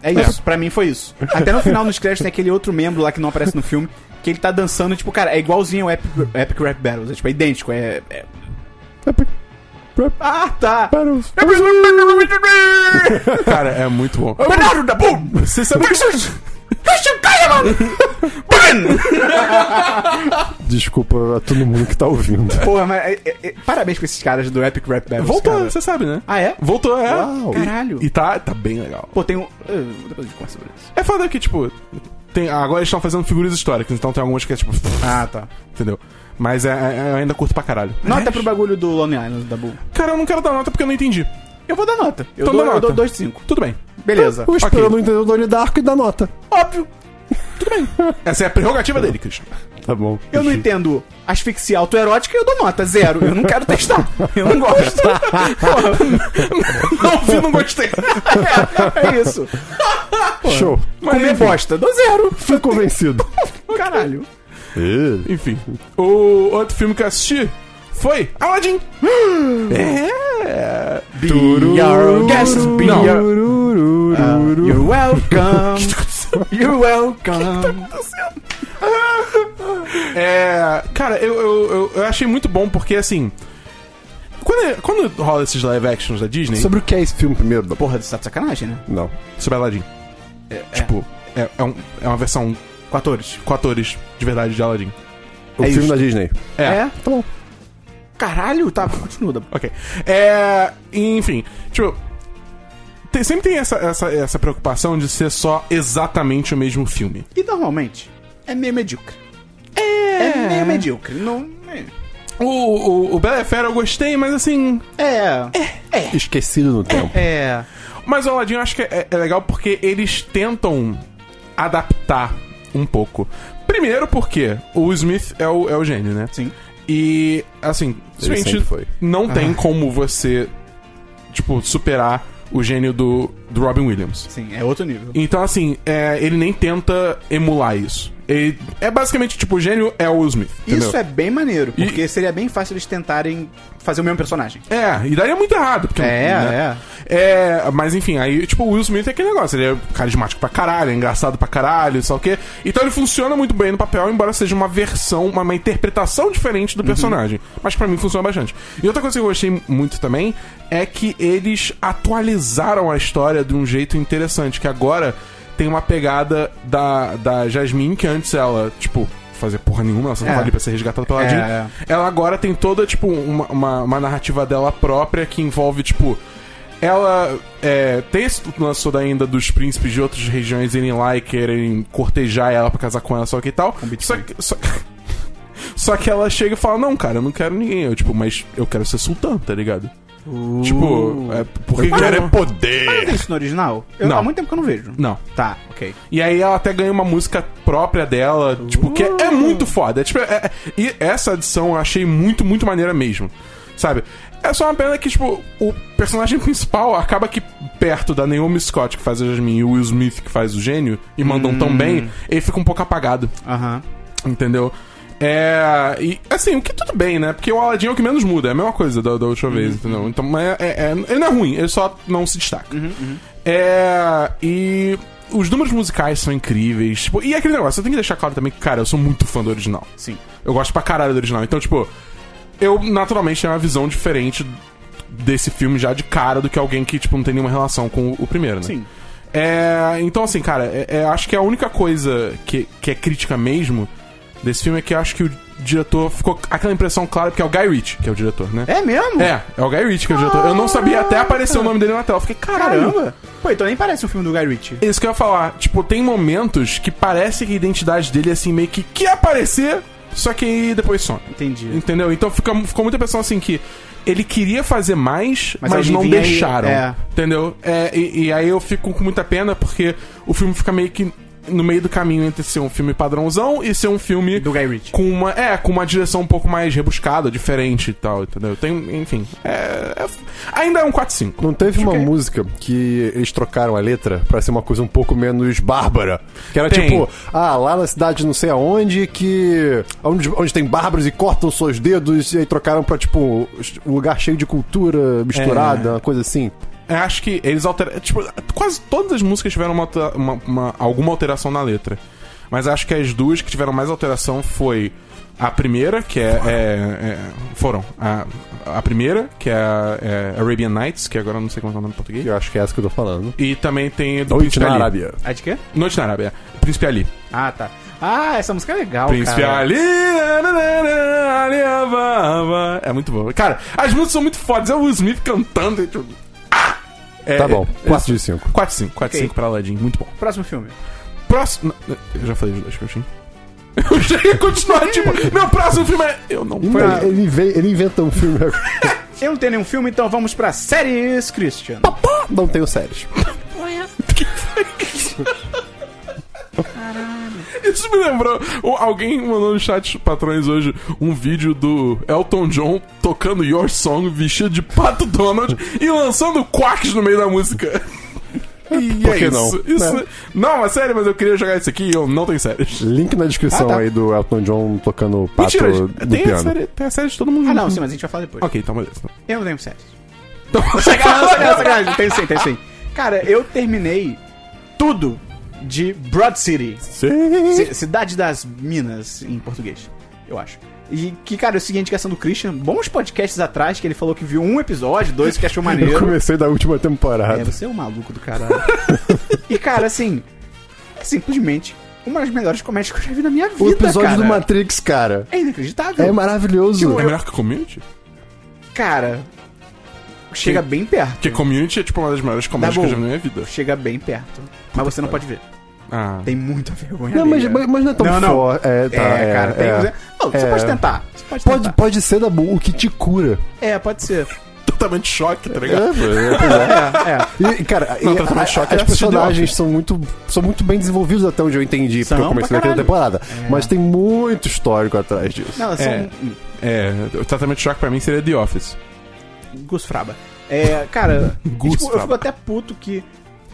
Speaker 1: É isso, pra mim foi isso. Até no final nos créditos tem aquele outro membro lá que não aparece no filme, que ele tá dançando, tipo, cara, é igualzinho ao Epic, Epic Rap Battles, é tipo, é idêntico, é- é... Ah, tá!
Speaker 3: Cara, é muito bom.
Speaker 1: Bernardo da Boom!
Speaker 3: Você sabe
Speaker 1: Christian Kleiman!
Speaker 2: Desculpa a todo mundo que tá ouvindo.
Speaker 1: Porra, mas é, é, é, parabéns pra esses caras do Epic Rap Battles.
Speaker 3: Voltou,
Speaker 1: cara.
Speaker 3: você sabe, né?
Speaker 1: Ah, é?
Speaker 3: Voltou, é.
Speaker 2: Uau.
Speaker 3: E-
Speaker 1: Caralho.
Speaker 3: E, tá, tá bem legal.
Speaker 1: Pô, tem um. ah, Depois a gente conversa sobre isso.
Speaker 3: É foda que, tipo, tem, agora eles estão fazendo figuras históricas, então tem algumas que é tipo.
Speaker 1: Ah, tá.
Speaker 3: Entendeu? Mas é, é- eu ainda curto pra caralho.
Speaker 1: Nota
Speaker 3: Mas-
Speaker 1: pro bagulho do Lonely Island da Bull.
Speaker 3: Cara, eu não quero dar nota porque eu não entendi.
Speaker 1: Eu vou dar nota. Eu
Speaker 3: Então
Speaker 1: dou
Speaker 3: dá
Speaker 1: eu
Speaker 3: nota.
Speaker 1: dou 2 de 5.
Speaker 3: Tudo bem.
Speaker 1: Beleza.
Speaker 2: Eu espero não entender o Donnie Darko e dá nota.
Speaker 1: Óbvio.
Speaker 3: Essa é a prerrogativa dele, Christian.
Speaker 2: Tá bom.
Speaker 1: Eu não entendo asfixia autoerótica e eu dou nota zero. Eu não quero testar. Eu não gosto.
Speaker 3: Não vi, não gostei.
Speaker 1: é, é isso.
Speaker 2: Show.
Speaker 1: Comer
Speaker 3: enfim.
Speaker 1: bosta, dou zero.
Speaker 2: Fui convencido.
Speaker 1: Caralho.
Speaker 3: Enfim. O outro filme que eu assisti foi Aladdin. é.
Speaker 1: Be your guest, be
Speaker 3: Não.
Speaker 1: your... tá Ah, you're welcome. you're welcome.
Speaker 3: É. Cara, eu, eu, eu, eu achei muito bom porque, assim. Quando, é, quando rola esses live actions da Disney.
Speaker 2: Sobre o que é esse filme primeiro? Dabu?
Speaker 1: Porra, você tá de sacanagem, né?
Speaker 2: Não.
Speaker 3: sobre Aladdin. Tipo, é, é, um- é uma versão
Speaker 1: Com atores.
Speaker 3: com atores de verdade de Aladdin.
Speaker 2: O
Speaker 1: É
Speaker 2: filme
Speaker 1: isso.
Speaker 2: da Disney.
Speaker 3: É.
Speaker 2: Tá bom.
Speaker 1: Caralho, tá, continua. Dabu.
Speaker 3: Ok. É. Enfim, tipo. tem- sempre tem essa, essa, essa preocupação de ser só exatamente o mesmo filme.
Speaker 1: E normalmente, é meio medíocre. É, meio medíocre. Não. é-
Speaker 3: O, o, o Bela e a Fera eu gostei, mas assim.
Speaker 1: É.
Speaker 2: Esquecido no tempo.
Speaker 1: É.
Speaker 3: Mas o Aladdin eu acho que é, é legal porque eles tentam adaptar um pouco. Primeiro porque o Will Smith é o, é o gênio, né?
Speaker 1: Sim.
Speaker 3: E, assim, simplesmente
Speaker 2: sempre foi.
Speaker 3: não tem como você, tipo, superar o gênio do do Robin Williams.
Speaker 1: Sim, é outro nível.
Speaker 3: Então, assim, é, ele nem tenta emular isso. Ele- é basicamente, tipo, o gênio é o Will Smith. Entendeu?
Speaker 1: Isso é bem maneiro,
Speaker 3: E-
Speaker 1: porque seria bem fácil eles tentarem fazer o mesmo personagem.
Speaker 3: É, e daria muito errado. Porque, né?
Speaker 1: É,
Speaker 3: é. mas enfim, aí, tipo, o Will Smith é aquele negócio. Ele é carismático pra caralho, é engraçado pra caralho, só o quê. Então ele funciona muito bem no papel, embora seja uma versão, uma, uma interpretação diferente do personagem. Mas pra mim funciona bastante. E outra coisa que eu gostei muito também é que eles atualizaram a história de um jeito interessante, que agora tem uma pegada da, da Jasmine, que antes ela, tipo, fazer porra nenhuma, ela só
Speaker 1: É.
Speaker 3: tava ali pra ser resgatada pela
Speaker 1: É,
Speaker 3: Jean.
Speaker 1: é.
Speaker 3: Ela agora tem toda, tipo, uma, uma, uma narrativa dela própria que envolve, tipo. Ela é, tem esse lance todo ainda dos príncipes de outras regiões irem lá e querem cortejar ela pra casar com ela, só que e tal. Só
Speaker 1: Bitcoin.
Speaker 3: que, só, só que ela chega e fala: Não, cara, eu não quero ninguém. Eu, tipo, mas eu quero ser sultã, tá ligado? Tipo, é, porque
Speaker 1: Uh. Eu quero é
Speaker 3: poder.
Speaker 1: Tem isso no original? Eu,
Speaker 3: Não.
Speaker 1: Há muito tempo que eu não vejo.
Speaker 3: Não.
Speaker 1: Tá, ok.
Speaker 3: E aí ela até ganha uma música própria dela, tipo, que é muito foda. É, tipo, é- é- e essa adição eu achei muito, muito maneira mesmo. Sabe? É só uma pena que, tipo, o personagem principal acaba que perto da Naomi Scott, que faz a Jasmine, e o Will Smith, que faz o gênio, e mandam tão bem, ele fica um pouco apagado.
Speaker 1: Aham.
Speaker 3: Entendeu? É. E assim, o que tudo bem, né? Porque o Aladdin é o que menos muda, é a mesma coisa da, da última vez, entendeu? Então, mas é, é- é- ele não é ruim, ele só não se destaca. É. E. Os números musicais são incríveis. Tipo, e é aquele negócio, eu tenho que deixar claro também que, cara, eu sou muito fã do original.
Speaker 1: Sim.
Speaker 3: Eu gosto pra caralho do original. Então, tipo, eu naturalmente tenho uma visão diferente desse filme já de cara do que alguém que, tipo, não tem nenhuma relação com o primeiro, né?
Speaker 1: Sim.
Speaker 3: É, então, assim, cara, é- é, acho que a única coisa que, que é crítica mesmo desse filme é que eu acho que o diretor ficou aquela impressão clara porque é o Guy Ritchie que é o diretor, né?
Speaker 1: É mesmo?
Speaker 3: É, é o Guy Ritchie que é o diretor. Eu não sabia até aparecer o nome dele na tela. Eu fiquei, caralho.
Speaker 1: Caramba! Pô, então nem parece um filme do Guy Ritchie.
Speaker 3: Isso que eu ia falar. Tipo, tem momentos que parece que a identidade dele, assim, meio que quer aparecer, só que aí depois some.
Speaker 1: Entendi.
Speaker 3: Entendeu? Então fica, ficou muita impressão assim que ele queria fazer mais, mas,
Speaker 1: Mas alguém
Speaker 3: não
Speaker 1: vinha e-
Speaker 3: deixaram.
Speaker 1: é.
Speaker 3: Entendeu? É, e, e aí eu fico com muita pena porque o filme fica meio que no meio do caminho entre ser um filme padrãozão e ser um filme
Speaker 1: Do Guy Ritchie.
Speaker 3: com uma é com uma direção um pouco mais rebuscada, diferente e tal, entendeu? Tem, enfim, é, é- ainda é um 4 5.
Speaker 2: Não teve uma
Speaker 1: que-
Speaker 2: música que eles trocaram a letra pra ser uma coisa um pouco menos bárbara. Que era
Speaker 3: Tem.
Speaker 2: tipo, ah, lá na cidade não sei aonde que. Onde, onde tem bárbaros e cortam seus dedos, e aí trocaram pra, tipo, um lugar cheio de cultura misturada, uma coisa assim.
Speaker 3: Eu É, acho que eles alteraram. Tipo, quase todas as músicas tiveram uma alter- uma- uma- alguma alteração na letra. Mas acho que as duas que tiveram mais alteração foi a primeira, que é. é- é- foram. A, a primeira, que é, a- é Arabian Nights, que agora eu não sei como é o nome em português.
Speaker 2: Eu acho que é essa que eu tô falando.
Speaker 3: E também tem do
Speaker 2: Noite
Speaker 3: Príncipe
Speaker 2: na
Speaker 3: Ali.
Speaker 2: Arábia.
Speaker 1: Ah, de quê?
Speaker 3: Noite na Arábia. é. Príncipe Ali.
Speaker 1: Ah, tá. Ah, essa música é
Speaker 2: Oh,
Speaker 1: legal,
Speaker 3: Príncipe
Speaker 1: cara.
Speaker 3: Ali. nananana, Ali Ababa. É muito bom. Cara, as músicas são muito fodas. É o Will Smith cantando. e, tipo, ah! É,
Speaker 2: tá bom,
Speaker 3: é-
Speaker 2: 4 de 5.
Speaker 3: 4-5, 4-5
Speaker 1: Ok.
Speaker 3: pra Aladdin, muito bom.
Speaker 1: Próximo filme.
Speaker 3: Próximo. não, Eu já falei os dois, Peixinho. Eu já ia continuar, tipo, meu próximo filme é. Eu não
Speaker 2: Ele,
Speaker 3: foi nada.
Speaker 2: ele, inve- ele inventa um filme agora.
Speaker 1: Eu não tenho nenhum filme, então vamos pra séries, Christian.
Speaker 2: Não tenho séries.
Speaker 3: Isso me lembrou. o- Alguém mandou no chat patrões hoje um vídeo do Elton John tocando Your Song vestido de pato Donald e lançando quacks no meio da música. E
Speaker 2: Por
Speaker 3: é
Speaker 2: que
Speaker 3: isso.
Speaker 2: não,
Speaker 3: isso...
Speaker 2: né?
Speaker 3: Não, mas sério, mas eu queria jogar isso aqui e eu não tenho séries.
Speaker 2: Link na descrição
Speaker 1: Ah, tá.
Speaker 2: aí do Elton John tocando pato
Speaker 3: Mentira,
Speaker 2: no
Speaker 3: tem a,
Speaker 2: piano.
Speaker 3: série, tem a série de todo mundo
Speaker 1: Ah, não,
Speaker 3: junto.
Speaker 1: sim, mas a gente vai falar depois.
Speaker 3: Ok, então beleza.
Speaker 1: Eu não tenho séries.
Speaker 3: Então,
Speaker 1: Sacanagem, sacanagem, sacanagem. Tem sim, tem sim. Cara, eu terminei tudo de Broad City.
Speaker 2: Sim.
Speaker 1: Ci- Cidade das Minas, em português, eu acho. E que, cara, é o seguinte, questão do Christian, bons podcasts atrás, que ele falou que viu um episódio, dois, que achou
Speaker 2: Eu
Speaker 1: maneiro.
Speaker 2: comecei da última temporada.
Speaker 1: É, você é um maluco do caralho. e, cara, assim, é simplesmente uma das melhores comédias que eu já vi na minha vida,
Speaker 2: O episódio
Speaker 1: cara.
Speaker 2: do Matrix, cara.
Speaker 1: É inacreditável.
Speaker 2: É maravilhoso.
Speaker 3: É melhor que Community?
Speaker 1: Cara, chega bem perto.
Speaker 3: Porque Community é tipo uma das maiores comédias
Speaker 1: Dá
Speaker 3: que
Speaker 1: bom.
Speaker 3: eu já vi na minha vida.
Speaker 1: Chega bem perto. Mas você não pode ver.
Speaker 3: Ah.
Speaker 1: Tem muita vergonha.
Speaker 2: Não, mas,
Speaker 1: alheia.
Speaker 2: mas mas não é tão
Speaker 1: Não, não.
Speaker 2: forte. É, tá,
Speaker 1: é,
Speaker 2: é,
Speaker 1: cara, tem.
Speaker 2: é.
Speaker 1: Não, você
Speaker 2: É.
Speaker 1: pode tentar. Você pode,
Speaker 2: Pode,
Speaker 1: tentar.
Speaker 2: pode ser, Dabu, o que te cura.
Speaker 1: É, pode ser.
Speaker 3: Totalmente choque, tá ligado?
Speaker 1: É, é.
Speaker 2: E, cara,
Speaker 3: Não,
Speaker 2: e
Speaker 3: tá tomando
Speaker 2: a-
Speaker 3: choque,
Speaker 2: as
Speaker 3: assisti The
Speaker 2: personagens são muito, são muito bem desenvolvidos até onde eu entendi,
Speaker 1: São
Speaker 2: porque eu comecei
Speaker 1: pra
Speaker 2: naquela
Speaker 1: caralho. É.
Speaker 2: temporada. Mas tem muito histórico atrás disso.
Speaker 1: Não, são.
Speaker 3: É. É, o tratamento de choque pra mim seria The Office.
Speaker 1: Gus Fraba. É, cara, e, tipo, eu
Speaker 3: Fraba.
Speaker 1: fico até puto que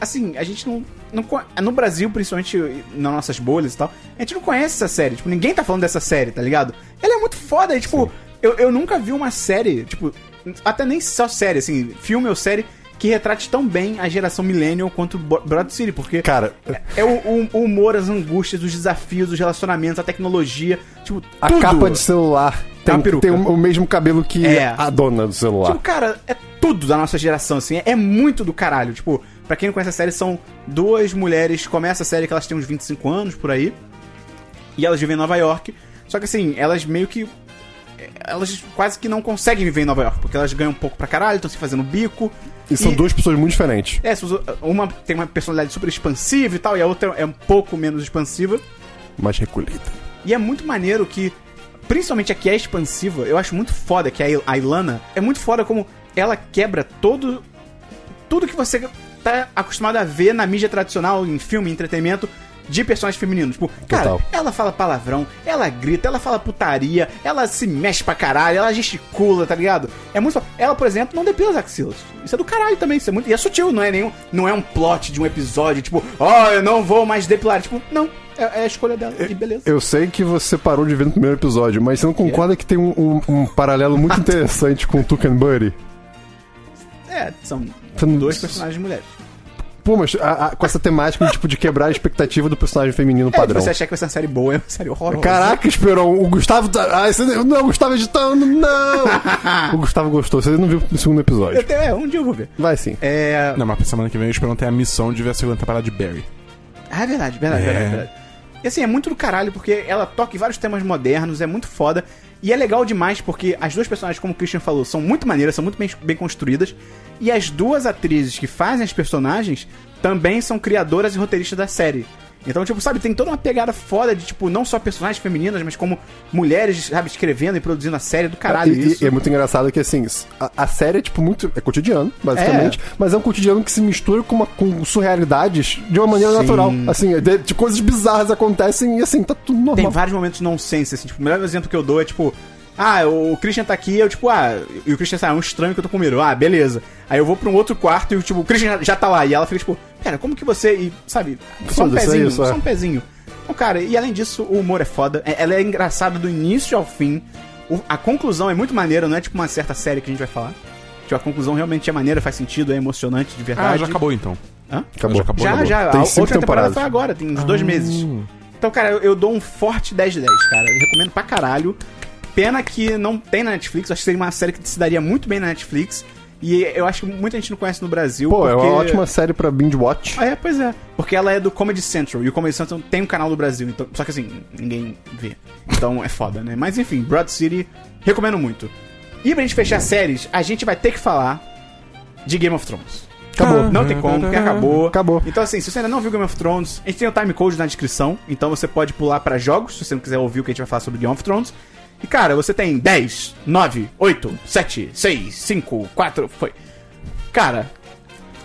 Speaker 1: assim, a gente não, não. co- No Brasil, principalmente nas nossas bolhas e tal, a gente não conhece essa série. Tipo, ninguém tá falando dessa série, tá ligado? Ela é muito foda, e, tipo, eu, eu nunca vi uma série, tipo, até nem só série, assim, filme ou série. Que retrate tão bem a geração millennial quanto Bo- Broad City, porque
Speaker 2: Cara,
Speaker 1: é o, o- o humor, as angústias, os desafios, os relacionamentos, a tecnologia, tipo,
Speaker 2: a
Speaker 1: tudo.
Speaker 2: capa de celular
Speaker 1: É
Speaker 2: tem,
Speaker 1: uma peruca.
Speaker 2: tem o, o mesmo cabelo que
Speaker 1: É.
Speaker 2: a dona do celular.
Speaker 1: Tipo, cara, é tudo da nossa geração, assim. É, é muito do caralho. Tipo, pra quem não conhece a série, são duas mulheres. Começa a série que elas têm uns 25 anos por aí. E elas vivem em Nova York. Só que assim, elas meio que. eh, Elas quase que não conseguem viver em Nova York, porque elas ganham um pouco pra caralho, estão se fazendo bico.
Speaker 2: e são duas pessoas muito diferentes.
Speaker 1: É, se usa- uma tem uma personalidade super expansiva e tal, e a outra é um pouco menos expansiva.
Speaker 2: Mas recolhida.
Speaker 1: E é muito maneiro que, principalmente a que é expansiva, eu acho muito foda que a Il- a Ilana é muito foda como ela quebra todo. Tudo que você tá acostumado a ver na mídia tradicional, em filme, em entretenimento, de personagens femininos. Tipo, cara,
Speaker 2: Total.
Speaker 1: ela fala palavrão, ela grita, ela fala putaria, ela se mexe pra caralho, ela gesticula, tá ligado? É muito. fo- Ela, por exemplo, não depila as axilas. Isso é do caralho também, isso é muito. E é sutil, não é nenhum. Não é um plot de um episódio, tipo, ó, eu não vou mais depilar. Tipo, não. É é a escolha dela. E beleza.
Speaker 2: Eu sei que você parou de ver no primeiro episódio, mas você não
Speaker 1: é?
Speaker 2: concorda que tem um, um- um paralelo muito interessante com o Tuck and Buddy?
Speaker 1: É, são
Speaker 2: São
Speaker 1: dois
Speaker 2: s-
Speaker 1: personagens mulheres.
Speaker 2: Pô, mas a- a- com essa temática tipo, de quebrar a expectativa do personagem feminino
Speaker 1: É, tipo,
Speaker 2: padrão.
Speaker 1: você achar que vai ser uma série boa, é uma série horrorosa.
Speaker 2: Caraca, Esperon, o Gustavo tá. Ah, esse- não, o Gustavo editando, não! o Gustavo gostou, você não viu o segundo
Speaker 1: Eu
Speaker 2: episódio.
Speaker 1: tenho, é, um dia eu vou ver.
Speaker 2: Vai sim.
Speaker 1: É.
Speaker 3: Não, mas pra semana que vem eu espero ter a missão de ver a segunda temporada de Barry.
Speaker 1: Ah, é verdade, verdade,
Speaker 3: É.
Speaker 1: verdade, verdade. E assim, é muito do caralho, porque ela toca em vários temas modernos, é muito foda. E é legal demais, porque as duas personagens, como o Christian falou, são muito maneiras, são muito bem, bem construídas. E as duas atrizes que fazem as personagens também são criadoras e roteiristas da série. Então, tipo, sabe, tem toda uma pegada foda de, tipo, não só personagens femininas, mas como mulheres, sabe, escrevendo e produzindo a série do caralho.
Speaker 2: E- e,
Speaker 1: isso.
Speaker 2: e é muito engraçado que, assim, a, a série é, tipo, muito... É cotidiano, basicamente. Mas é um cotidiano que se mistura com, uma, com surrealidades de uma maneira
Speaker 1: Sim.
Speaker 2: natural. Assim, de, de coisas bizarras acontecem e, assim, tá tudo normal.
Speaker 1: Tem vários momentos nonsense, assim. Tipo, o melhor exemplo que eu dou é tipo. Ah, o Christian tá aqui, eu tipo, ah, e o Christian sai, é um estranho que eu tô com medo. Ah, beleza. Aí eu vou pra um outro quarto e tipo, o Christian já, já tá lá. E ela fica tipo, pera, como que você. E, sabe, só um
Speaker 2: Foda-se, é
Speaker 1: pezinho,
Speaker 2: isso, é.
Speaker 1: só um pezinho. Então, cara, e além disso, o humor é foda. É- Ela é engraçada do início ao fim. O- a conclusão é muito maneira, não é tipo uma certa série que a gente vai falar. Tipo, a conclusão realmente é maneira, faz sentido, é emocionante, de
Speaker 3: Ah,
Speaker 1: verdade.
Speaker 3: já acabou então.
Speaker 1: Hã?
Speaker 2: Acabou.
Speaker 3: Já acabou.
Speaker 1: já,
Speaker 3: acabou.
Speaker 1: já.
Speaker 2: tá Tem
Speaker 1: a
Speaker 2: cinco
Speaker 1: última temporada
Speaker 2: temporadas. Ah.
Speaker 1: foi agora, tem uns dois meses. Então, cara, eu, eu dou um forte 10 de 10, cara. Eu recomendo pra caralho. Pena que não tem na Netflix. Acho que seria uma série que se daria muito bem na Netflix. E eu acho que muita gente não conhece no Brasil.
Speaker 2: Pô, é
Speaker 1: porque...
Speaker 2: uma ótima série pra binge-watch.
Speaker 1: Ah, é, pois é. Porque ela é do Comedy Central. E o Comedy Central tem um canal do Brasil. Então... Só que assim, ninguém vê. Então é foda, né? Mas enfim, Broad City, recomendo muito. E pra gente fechar séries, a gente vai ter que falar de Game of Thrones.
Speaker 2: Acabou.
Speaker 1: Não tem como, porque acabou.
Speaker 2: Acabou.
Speaker 1: Então, assim, se você ainda não viu Game of Thrones, a gente tem o timecode na descrição. Então você pode pular pra jogos, se você não quiser ouvir o que a gente vai falar sobre Game of Thrones. E, cara, você tem 10, 9, 8, 7, 6, 5, 4. Foi. Cara,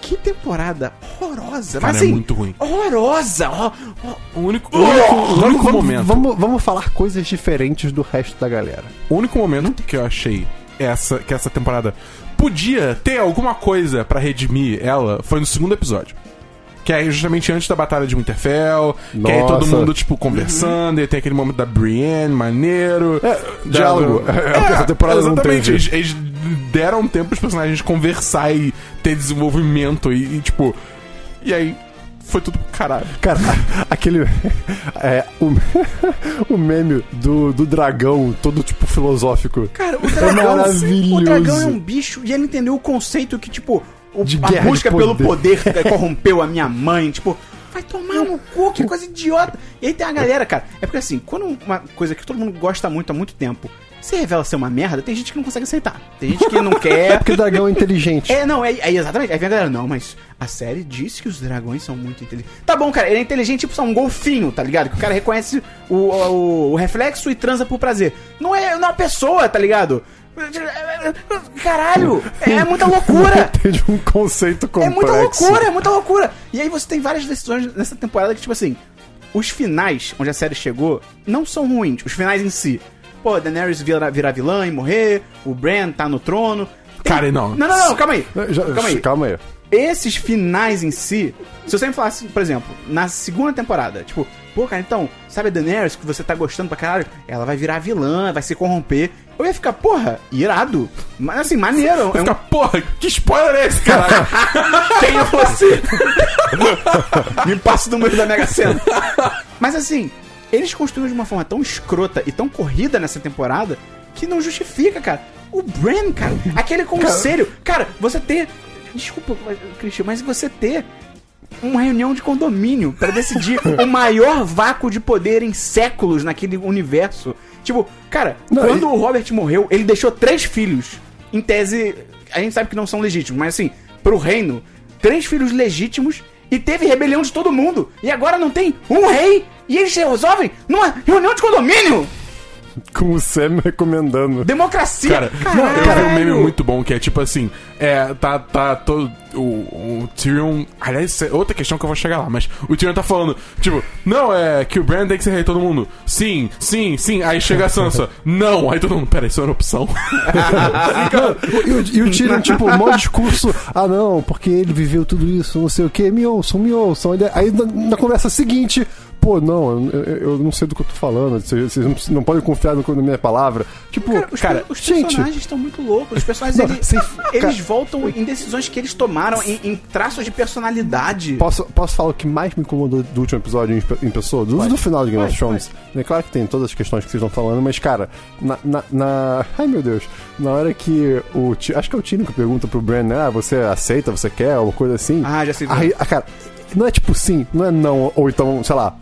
Speaker 1: que temporada horrorosa.
Speaker 3: Cara,
Speaker 1: mas
Speaker 3: é
Speaker 1: assim,
Speaker 3: muito ruim.
Speaker 1: Horrorosa. ó, ó,
Speaker 3: O
Speaker 1: Uh!
Speaker 3: único, o único, o único
Speaker 2: Vamos, vamos-
Speaker 3: momento.
Speaker 2: Vamos, vamos falar coisas diferentes do resto da galera.
Speaker 3: O único momento que eu achei essa, que essa temporada podia ter alguma coisa pra redimir ela foi no segundo episódio. Que é justamente antes da Batalha de Winterfell, que aí todo
Speaker 2: Nossa. Uhum.
Speaker 3: mundo, tipo, conversando, e tem aquele momento da Brienne, maneiro. da-
Speaker 2: diálogo. É, essa temporada não
Speaker 3: exatamente.
Speaker 2: teve.
Speaker 3: Eles, eles deram um tempo pros personagens conversar e ter desenvolvimento e, e, tipo. E aí foi tudo pro caralho.
Speaker 2: Cara, a- aquele. É, o, o meme do, do dragão, todo tipo filosófico.
Speaker 1: Cara, o dragão,
Speaker 2: É maravilhoso.
Speaker 1: o dragão é um bicho e ele entendeu o conceito que, tipo, o-
Speaker 2: De
Speaker 1: a
Speaker 2: guerra de
Speaker 1: busca pelo
Speaker 2: poder.
Speaker 1: poder corrompeu a minha mãe. Tipo, vai tomar no cu, que coisa idiota. E aí tem a galera, cara. É porque assim, quando uma coisa que todo mundo gosta muito há muito tempo se revela ser uma merda, tem gente que não consegue aceitar. Tem gente que não quer.
Speaker 2: Porque o dragão é inteligente.
Speaker 1: É, não, é, é exatamente. Aí vem a galera, não, mas a série diz que os dragões são muito inteligentes. Tá bom, cara, ele é inteligente, tipo, só um golfinho, tá ligado? Que o cara reconhece o, o, o reflexo e transa por prazer. Não é, não é uma pessoa, tá ligado? Caralho, é muita loucura!
Speaker 2: Entende um conceito
Speaker 1: É
Speaker 2: complexo.
Speaker 1: muita loucura, é muita loucura. E aí você tem várias decisões nessa temporada que, tipo assim, os finais onde a série chegou não são ruins, os finais em si. Pô, Daenerys vira, vira vilã e morrer, o Bran tá no trono. Tem-
Speaker 3: Cara, não.
Speaker 1: Não, não, não, calma aí.
Speaker 2: É, Já-
Speaker 1: calma aí.
Speaker 2: Calma aí.
Speaker 1: esses finais em si, se eu sempre falasse, por exemplo, na segunda temporada, tipo, pô, cara, então, sabe a Daenerys que você tá gostando pra caralho? Ela vai virar vilã, vai se corromper. Eu ia ficar, porra, irado. Mas assim, maneiro. É um...
Speaker 3: Fica, porra, que spoiler é esse, caralho?
Speaker 1: Quem é você? Me passa o número da Mega Sena. Mas assim, eles construíram de uma forma tão escrota e tão corrida nessa temporada que não justifica, cara. O Bran, cara, aquele conselho. Cara, você ter. Desculpa, mas, Christian, mas você ter uma reunião de condomínio pra decidir o maior vácuo de poder em séculos naquele universo. Tipo, cara,
Speaker 2: Não,
Speaker 1: quando
Speaker 2: e-
Speaker 1: o Robert morreu, ele deixou três filhos. Em tese, a gente sabe que não são legítimos, mas assim, pro reino, três filhos legítimos e teve rebelião de todo mundo. E agora não tem um rei e eles se resolvem numa reunião de condomínio!
Speaker 2: Com o Sam recomendando.
Speaker 1: Democracia!
Speaker 3: Cara, não, eu vi
Speaker 1: Caralho!
Speaker 3: um meme muito bom que é tipo assim: é, tá, tá todo. O, o Tyrion. Aliás, isso é outra questão que eu vou chegar lá, mas o Tyrion tá falando, tipo, não, é que o Bran tem que ser rei de todo mundo. Sim, sim, sim. Aí chega a Sansa, não. Aí todo mundo, pera, isso era opção.
Speaker 2: E o, e o Tyrion, tipo, o maior discurso. Ah, não, porque ele viveu tudo isso, não sei o que, me ouçam, me ouçam. Ele- Aí na, na conversa seguinte, pô, não, eu, eu- eu não sei do que eu tô falando, vocês, vocês não, não podem confiar no- na minha palavra. Tipo,
Speaker 1: Cara, os,
Speaker 2: cara,
Speaker 1: os
Speaker 2: gente,
Speaker 1: personagens estão muito loucos. Os personagens
Speaker 2: Não,
Speaker 1: eles,
Speaker 2: sem-
Speaker 1: eles
Speaker 2: cara-
Speaker 1: voltam em decisões que eles tomaram, em, em traços de personalidade.
Speaker 2: Posso, posso falar o que mais me incomodou do último episódio em, espe- em pessoa? Do, do final de Game of Thrones. É claro que tem todas as questões que vocês estão falando, mas, cara, na, na, na- Ai, meu Deus. Na hora que o... Ti- Acho que é o Tino que pergunta pro Bran, né? Ah, você aceita, você quer, alguma coisa assim.
Speaker 1: Ah, já sei.
Speaker 2: Aí, ah, cara, não é tipo sim, não é não, ou então, sei lá...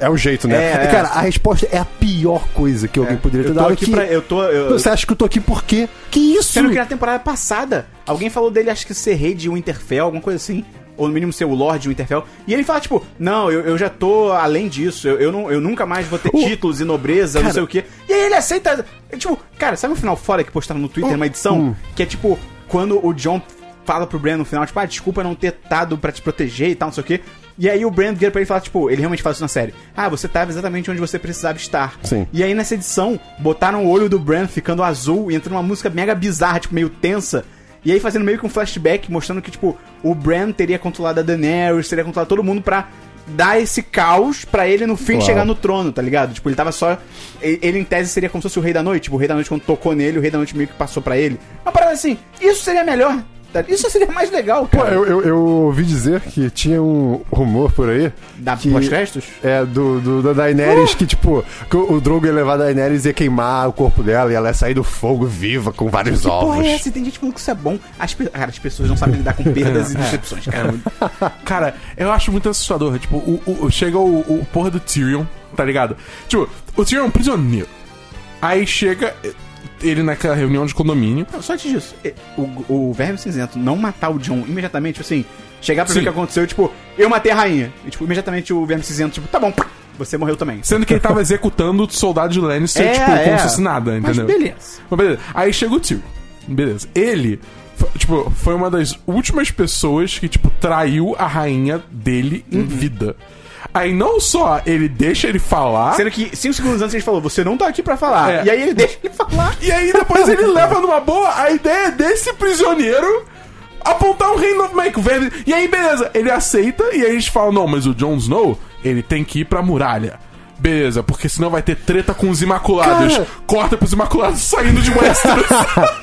Speaker 2: É o jeito, né?
Speaker 1: É, é.
Speaker 2: Cara, a resposta é a pior coisa que alguém poderia ter
Speaker 1: eu tô
Speaker 2: dado.
Speaker 1: aqui
Speaker 2: que-
Speaker 1: pra- eu tô- eu-
Speaker 2: Você acha que eu tô aqui por quê? Que isso?
Speaker 1: Sendo que na temporada passada, alguém falou dele, acho que ser rei de Winterfell, alguma coisa assim. Ou no mínimo ser o Lorde de Winterfell. E ele fala, tipo, não, eu, eu já tô além disso. Eu, eu, não, eu nunca mais vou ter
Speaker 2: O-
Speaker 1: títulos e nobreza, não sei o quê. E aí ele aceita. é, Tipo, cara, sabe o final fora que postaram no Twitter, uma edição? Que é tipo, quando o John fala pro Bran no final, tipo, ah, desculpa não ter tado pra te proteger e tal, não sei o quê. E aí o Bran vira pra ele e fala, tipo, ele realmente fala isso na série. Ah, você tava exatamente onde você precisava estar.
Speaker 2: Sim.
Speaker 1: E aí nessa edição, botaram o olho do Bran ficando azul e entrando uma música mega bizarra, tipo, meio tensa. E aí fazendo meio que um flashback, mostrando que, tipo, o Bran teria controlado a Daenerys, teria controlado todo mundo pra dar esse caos pra ele no fim
Speaker 2: Claro.
Speaker 1: chegar no trono, tá ligado? Tipo, ele tava só... e- Ele em tese seria como se fosse o Rei da Noite. Tipo, o Rei da Noite quando tocou nele, o Rei da Noite meio que passou pra ele. Uma parada assim, isso seria melhor. tá? Isso seria mais legal,
Speaker 2: Pô,
Speaker 1: cara.
Speaker 2: eu, eu, eu ouvi dizer que tinha um rumor por aí.
Speaker 1: Da
Speaker 2: que,
Speaker 1: pós-créditos?
Speaker 2: É, do, do- da Daenerys,
Speaker 1: Uh!
Speaker 2: que tipo, que o o Drogo ia levar a Daenerys e ia queimar o corpo dela e ela ia sair do fogo viva com vários
Speaker 1: Que
Speaker 2: ovos.
Speaker 1: porra é essa? E Tem gente falando que isso é bom. As, pe- cara, as pessoas não sabem lidar com perdas e decepções, cara. é
Speaker 3: Cara, eu acho muito assustador. Tipo, o, o- o- chega o, o porra do Tyrion, tá ligado? Tipo, o Tyrion é um prisioneiro. Aí chega eh, ele naquela reunião de condomínio.
Speaker 1: Não, só antes disso, eh, o, o Verme Cinzento não matar o John imediatamente, tipo assim, chegar pra ver o
Speaker 3: Sim.
Speaker 1: que aconteceu, tipo, eu matei a rainha. E, tipo, imediatamente o Verme Cinzento, tipo, tá bom, pá, você morreu também.
Speaker 3: Sendo que ele tava executando o soldado de Lannister,
Speaker 1: É,
Speaker 3: tipo, como
Speaker 1: é.
Speaker 3: se fosse nada,
Speaker 1: Mas
Speaker 3: entendeu?
Speaker 1: beleza.
Speaker 3: Mas beleza. Aí chega o Tyrion. Beleza. Ele, fo- tipo, foi uma das últimas pessoas que, tipo, traiu a rainha dele em vida. Aí não só ele deixa ele falar.
Speaker 1: Sendo que cinco segundos antes ele falou, você não tá aqui pra falar.
Speaker 3: É.
Speaker 1: E aí ele deixa ele falar.
Speaker 3: E aí depois ele leva numa boa a ideia desse prisioneiro apontar um reino novo Mike Verde. E aí, beleza, ele aceita e aí eles falam: não, mas o Jon Snow, ele tem que ir pra muralha. Beleza, porque senão vai ter treta com os Imaculados.
Speaker 2: Cara.
Speaker 3: Corta pros Imaculados saindo de Westeros.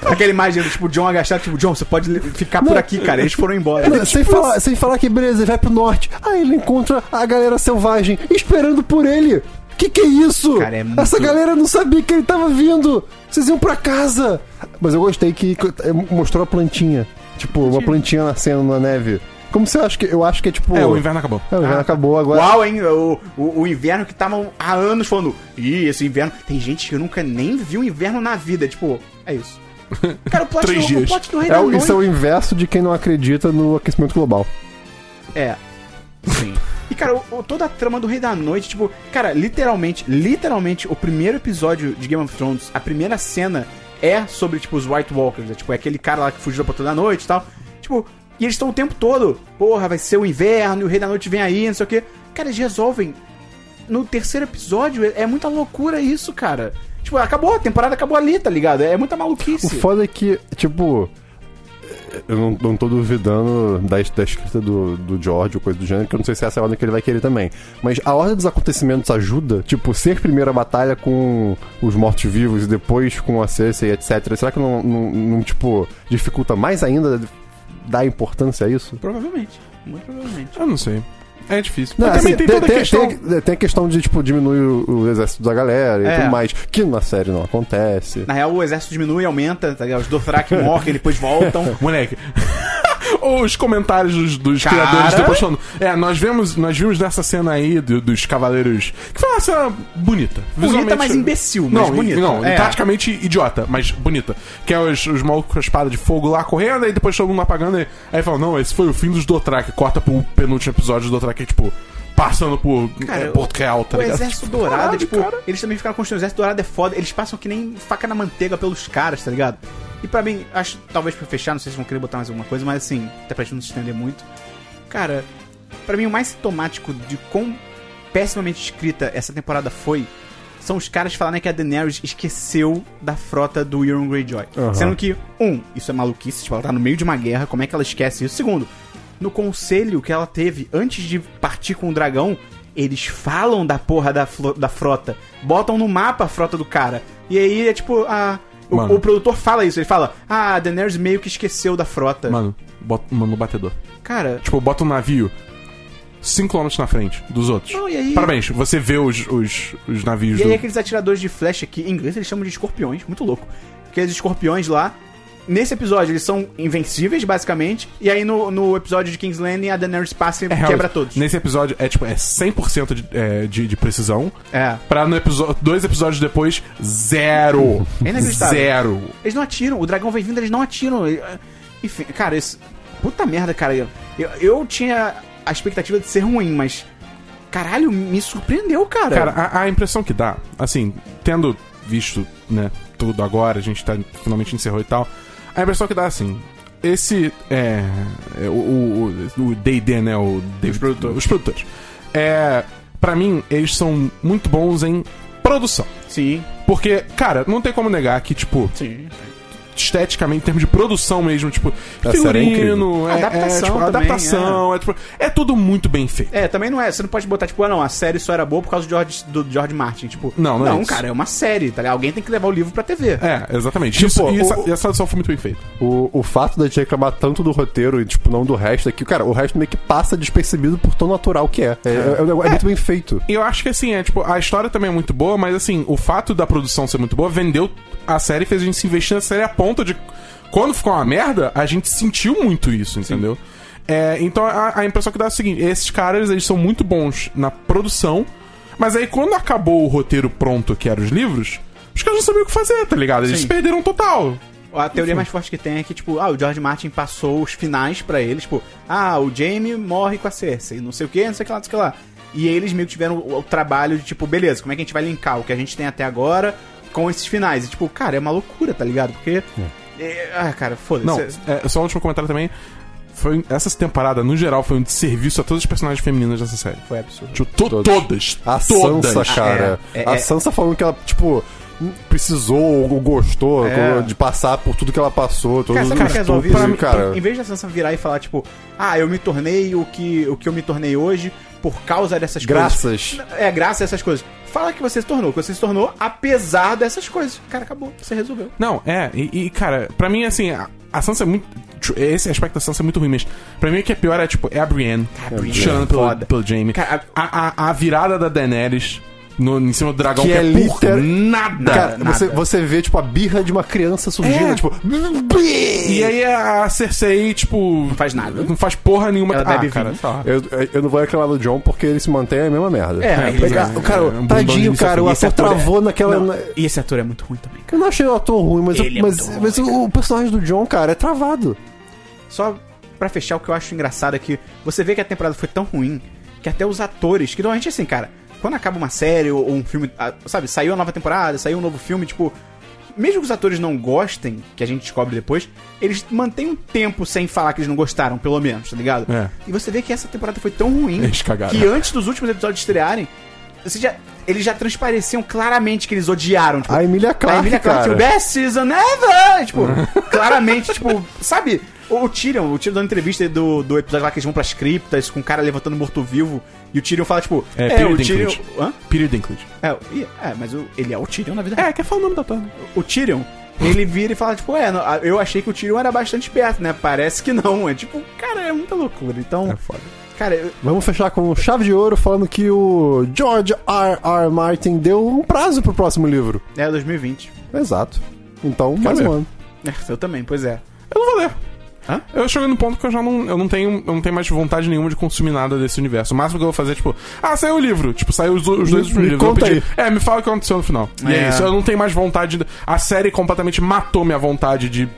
Speaker 1: Aquela imagem do tipo, John agachado, tipo, John, você pode le- ficar por aqui, cara. Eles foram embora.
Speaker 2: Não, sem, falar, sem falar que, beleza, ele vai pro norte. Aí ele encontra a galera selvagem esperando por ele. Que que é isso?
Speaker 1: Cara, é muito-
Speaker 2: Essa galera não sabia que ele tava vindo. Vocês iam pra casa. Mas eu gostei que eh, mostrou a plantinha. Tipo, uma plantinha nascendo na neve. Como você acha que. Eu acho que é tipo.
Speaker 3: é, o inverno acabou.
Speaker 2: É, o inverno acabou agora.
Speaker 1: Uau, hein? Ah, O, o, o inverno que estavam há anos falando. Ih, esse inverno. Tem gente que nunca nem viu um inverno na vida. Tipo, é isso. Cara, o plot, do,
Speaker 3: Três
Speaker 1: o
Speaker 3: dias.
Speaker 1: plot do Rei
Speaker 2: É
Speaker 1: da
Speaker 2: o-
Speaker 1: Noite.
Speaker 2: isso é o inverso de quem não acredita no aquecimento global.
Speaker 1: É. Sim. E, cara, o- o- toda a trama do Rei da Noite, tipo, cara, literalmente, literalmente, o primeiro episódio de Game of Thrones, a primeira cena é sobre, tipo, os White Walkers, né? Tipo, é aquele cara lá que fugiu pra toda a noite e tal. Tipo, e eles estão o tempo todo, porra, vai ser o inverno, e o Rei da Noite vem aí, não sei o quê. Cara, eles resolvem. No terceiro episódio, é é muita loucura isso, cara. Tipo, acabou, a temporada acabou ali, tá ligado? É muita
Speaker 2: O
Speaker 1: maluquice.
Speaker 2: foda é que, tipo. eu não, não tô duvidando da, da escrita do, do George ou coisa do gênero, que eu não sei se essa é a ordem que ele vai querer também. Mas a ordem dos acontecimentos ajuda? Tipo, ser primeiro a batalha com os mortos-vivos e depois com a Cersei, etc. Será que não, não, não, tipo, dificulta mais ainda dar importância a isso?
Speaker 1: Provavelmente. Muito provavelmente.
Speaker 3: Eu não sei. É difícil.
Speaker 2: Não,
Speaker 3: Mas também
Speaker 2: assim,
Speaker 3: tem toda a questão.
Speaker 2: tem- tem a questão de, tipo, diminuir o, o exército da galera e
Speaker 1: É.
Speaker 2: tudo mais, que na série não acontece.
Speaker 1: Na real, o exército diminui e aumenta, tá ligado? Os Dothraki morrem, eles depois voltam.
Speaker 3: Moleque. Os comentários dos, dos
Speaker 1: Cara.
Speaker 3: criadores depois falando. É, nós vimos, nós vimos dessa cena aí do- dos Cavaleiros. Que foi uma cena bonita. visualmente-
Speaker 1: mas imbecil, mas
Speaker 3: não,
Speaker 1: bonita.
Speaker 3: Não,
Speaker 1: É.
Speaker 3: taticamente idiota, mas bonita. Que é os, os malucos com a espada de fogo lá correndo, aí depois todo mundo apagando. Aí, aí fala, não, esse foi o fim dos Dothraki. Corta pro penúltimo episódio do Dothraki, tipo, passando por
Speaker 1: Cara,
Speaker 3: é, Porto Real, tá
Speaker 1: o
Speaker 3: ligado?
Speaker 1: exército dourado,
Speaker 3: caralho,
Speaker 1: tipo,
Speaker 3: cara.
Speaker 1: eles também ficaram construindo o exército dourado é foda. Eles passam que nem faca na manteiga pelos caras, tá ligado? E pra mim, acho, talvez pra fechar, não sei se vão querer botar mais alguma coisa, mas assim, até pra gente não se estender muito. Cara, pra mim o mais sintomático de quão pessimamente escrita essa temporada foi são os caras falando que a Daenerys esqueceu da frota do Euron Greyjoy.
Speaker 2: Aham.
Speaker 1: Sendo que, um, isso é maluquice, tipo, ela tá no meio de uma guerra, como é que ela esquece isso? Segundo, no conselho que ela teve antes de partir com o dragão, eles falam da porra da, flo- da frota, botam no mapa a frota do cara. E aí é tipo, a...
Speaker 3: Mano.
Speaker 1: O, o produtor fala isso, ele fala, ah, a Daenerys meio que esqueceu da frota.
Speaker 3: Mano, bota,
Speaker 1: um
Speaker 3: mano, no batedor.
Speaker 1: Cara,
Speaker 3: Tipo, bota um navio 5km na frente dos outros.
Speaker 1: Não, e aí-
Speaker 3: Parabéns, você vê os, os, os navios
Speaker 1: E aí é
Speaker 3: do-
Speaker 1: aqueles atiradores de flecha que em inglês eles chamam de escorpiões, muito louco. Aqueles escorpiões lá. Nesse episódio eles são invencíveis, basicamente. E aí no, no episódio de King's Landing a Daenerys passa e
Speaker 3: É,
Speaker 1: quebra
Speaker 3: realmente,
Speaker 1: todos.
Speaker 3: Nesse episódio é tipo é 100% de, é, de, de precisão.
Speaker 1: É.
Speaker 3: Pra no episódio, dois episódios depois, zero.
Speaker 1: É inacreditável.
Speaker 3: Zero.
Speaker 1: Eles não atiram, o dragão vem vindo, eles não atiram. E- ah, Enfim, cara, isso. Puta merda, cara. Eu, eu, eu tinha a expectativa de ser ruim, mas. Caralho, me surpreendeu, cara.
Speaker 3: Cara, a, a impressão que dá, assim, tendo visto, né, tudo agora, a gente tá finalmente encerrou e tal, a impressão que dá, assim, esse, é, é, o- o o- o D&D, né, o os produtores, os produtores, é, pra mim, eles são muito bons em produção,
Speaker 1: sim,
Speaker 3: porque, cara, não tem como negar que, tipo,
Speaker 1: sim.
Speaker 3: esteticamente, em termos de produção mesmo, tipo,
Speaker 2: A série é
Speaker 3: figurino,
Speaker 2: incrível.
Speaker 3: é, é,
Speaker 1: Adaptação
Speaker 3: tipo,
Speaker 1: também,
Speaker 3: adaptação, é, tipo, é tudo muito bem feito.
Speaker 1: É, também não é. Você não pode botar, tipo, ah, não, a série só era boa por causa do George, do George Martin. Tipo,
Speaker 3: Não, não é isso.
Speaker 1: cara, é uma série, tá ligado? Alguém tem que levar o livro pra TV.
Speaker 3: É, exatamente.
Speaker 2: Tipo,
Speaker 3: Isso- e
Speaker 2: o-
Speaker 3: essa, e essa é tradução foi muito bem feita.
Speaker 2: O, o fato da gente reclamar tanto do roteiro e, tipo, não do resto é que, cara, o resto meio que passa despercebido por tão natural que é. É, é um negócio- é muito bem feito.
Speaker 3: E eu acho que assim, é tipo, a história também é muito boa, mas assim, o fato da produção ser muito boa vendeu a série, fez a gente se investir na série a ponto de. Quando ficou uma merda, a gente sentiu muito isso, entendeu? É, então a, a impressão que dá é o seguinte: esses caras, eles são muito bons na produção, mas aí quando acabou o roteiro pronto, que eram os livros, os caras não sabiam o que fazer, tá ligado? Eles
Speaker 1: Sim.
Speaker 3: perderam total.
Speaker 1: A teoria mais forte que tem é que, tipo, ah, o George Martin passou os finais pra eles, tipo, ah, o Jamie morre com a Cersei, não sei o que, não sei o que lá, não sei o que lá. E eles meio que tiveram o, o trabalho de, tipo, beleza, como é que a gente vai linkar o que a gente tem até agora com esses finais? E, tipo, cara, é uma loucura, tá ligado? Porque. é, ah, cara,
Speaker 3: Hum. Não,
Speaker 1: foda-se.
Speaker 3: é, só um último comentário também. Foi, essa temporada, no geral, foi um desserviço a todas as personagens femininas dessa série.
Speaker 1: Foi absurdo.
Speaker 3: Tipo, to-
Speaker 2: Todas.
Speaker 3: todas.
Speaker 2: A
Speaker 3: todas.
Speaker 2: Sansa, cara.
Speaker 1: É, é,
Speaker 2: a
Speaker 1: é.
Speaker 2: Sansa falando que ela, tipo, precisou ou gostou
Speaker 1: É.
Speaker 2: de passar por tudo que ela passou, todos
Speaker 1: Cara, sabe
Speaker 2: os
Speaker 1: como é que resolve
Speaker 2: estupros,
Speaker 1: isso?
Speaker 2: e, cara.
Speaker 1: Em vez da Sansa virar e falar, tipo, ah, eu me tornei o que, o que eu me tornei hoje por causa dessas coisas.
Speaker 2: Graças.
Speaker 1: É, graças a essas coisas. Fala que você se tornou, que você se tornou apesar dessas coisas. Cara, acabou, você resolveu.
Speaker 3: Não, é, e, e, cara, pra mim, assim, a, a Sansa é muito. tch- Esse aspecto da Sansa é muito ruim, mas pra mim o que é pior é, tipo, é a Brienne
Speaker 1: Brienne é
Speaker 3: chorando pelo,
Speaker 1: foda.
Speaker 3: pelo Jamie.
Speaker 1: Cara,
Speaker 3: a, a, a virada da Daenerys no, em cima do dragão,
Speaker 2: Que
Speaker 3: que,
Speaker 2: é
Speaker 3: é,
Speaker 2: liter-
Speaker 3: por nada.
Speaker 2: Cara,
Speaker 1: nada.
Speaker 2: você, você vê, tipo, a birra de uma criança surgindo,
Speaker 3: É.
Speaker 2: tipo.
Speaker 3: E aí a Cersei, tipo. Não
Speaker 1: faz nada.
Speaker 3: Não faz porra nenhuma. Ah,
Speaker 1: Ela bebe
Speaker 3: cara,
Speaker 1: vinho.
Speaker 3: sei lá.
Speaker 2: Eu, eu não vou reclamar do John porque ele se mantém a mesma merda.
Speaker 1: É,
Speaker 2: ele,
Speaker 1: ele-
Speaker 2: cara, o cara,
Speaker 3: é um
Speaker 2: tadinho,
Speaker 3: bundão de
Speaker 2: cara, o
Speaker 1: E esse
Speaker 2: ator
Speaker 1: ator é-
Speaker 2: travou naquela.
Speaker 1: Não,
Speaker 2: na-
Speaker 1: E esse ator é muito ruim também, cara.
Speaker 2: Eu não achei o ator ruim, mas,
Speaker 1: Ele é
Speaker 2: mas,
Speaker 1: muito ruim,
Speaker 2: mas o, o personagem do John, cara, é travado.
Speaker 1: Só pra fechar, o que eu acho engraçado é que você vê que a temporada foi tão ruim que até os atores, que normalmente assim, cara, quando acaba uma série ou ou um filme, ah, sabe, saiu a nova temporada, saiu um novo filme, tipo, mesmo que os atores não gostem, que a gente descobre depois, eles mantêm um tempo sem falar que eles não gostaram, pelo menos, tá ligado?
Speaker 3: É.
Speaker 1: E você vê que essa temporada foi tão ruim
Speaker 3: Eles cagaram.
Speaker 1: que antes dos últimos episódios estrearem, Você já, eles já transpareciam claramente que eles odiaram. Tipo,
Speaker 2: A Emilia Clarke,
Speaker 1: A Emilia Clarke,
Speaker 2: cara.
Speaker 1: tipo, best season ever! Tipo, claramente, tipo, sabe? O o Tyrion, o Tyrion dando entrevista do, do episódio lá que eles vão pras criptas com o cara levantando morto-vivo. E o Tyrion fala, tipo,
Speaker 3: É, Peter
Speaker 1: o
Speaker 3: Dinklage.
Speaker 1: Hã?
Speaker 3: Peter Dinklage.
Speaker 1: É, o- ih, é, mas o- ele é o Tyrion na vida real
Speaker 3: É, quer falar o nome da torre.
Speaker 1: o Tyrion, ele vira e fala, tipo, é, não, a- eu achei que o Tyrion era bastante perto, né? Parece que não. É tipo, cara, é muita loucura. Então,
Speaker 3: É foda.
Speaker 1: cara, eu-
Speaker 2: Vamos fechar com chave de ouro falando que o George R. R. Martin deu um prazo pro próximo livro.
Speaker 1: é 2020.
Speaker 2: Exato. Então, mais
Speaker 3: ver.
Speaker 2: um ano.
Speaker 1: É, eu também, pois é.
Speaker 3: Eu não vou ler.
Speaker 1: Hã?
Speaker 3: Eu cheguei no ponto que eu já não, eu não tenho eu não tenho mais vontade nenhuma de consumir nada desse universo. O máximo que eu vou fazer é tipo, ah, saiu o livro. Tipo, saiu os, os dois
Speaker 2: Me-
Speaker 3: últimos
Speaker 2: me
Speaker 3: livros. Eu
Speaker 2: conta
Speaker 3: pedi- É, me fala o que aconteceu no final. E é
Speaker 1: É.
Speaker 3: isso, eu não tenho mais vontade. de- A série completamente matou minha vontade de t-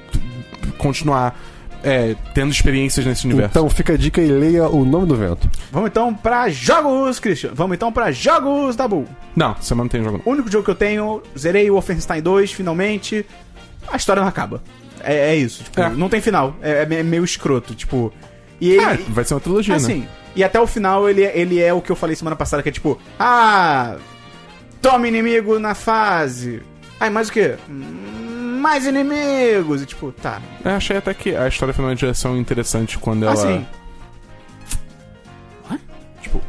Speaker 3: continuar é, tendo experiências nesse universo.
Speaker 2: Então fica a dica e leia O Nome do Vento.
Speaker 1: Vamos então pra jogos, Christian. Vamos então pra jogos, Dabu.
Speaker 3: Não, você não tem jogo. não.
Speaker 1: O único jogo que eu tenho, zerei o Wolfenstein 2, finalmente. A história não acaba. É, é isso, tipo,
Speaker 3: É.
Speaker 1: não tem final. É, é me- meio escroto, tipo... E ele,
Speaker 3: É, vai ser uma trilogia, né?
Speaker 1: assim, e até o final ele, ele é o que eu falei semana passada, que é tipo, ah, toma inimigo na fase. Ai, mais o quê? Hum, Mais inimigos. E tipo, tá.
Speaker 3: É, achei até que a história final de direção é interessante quando ela.
Speaker 1: Assim.
Speaker 3: Tipo.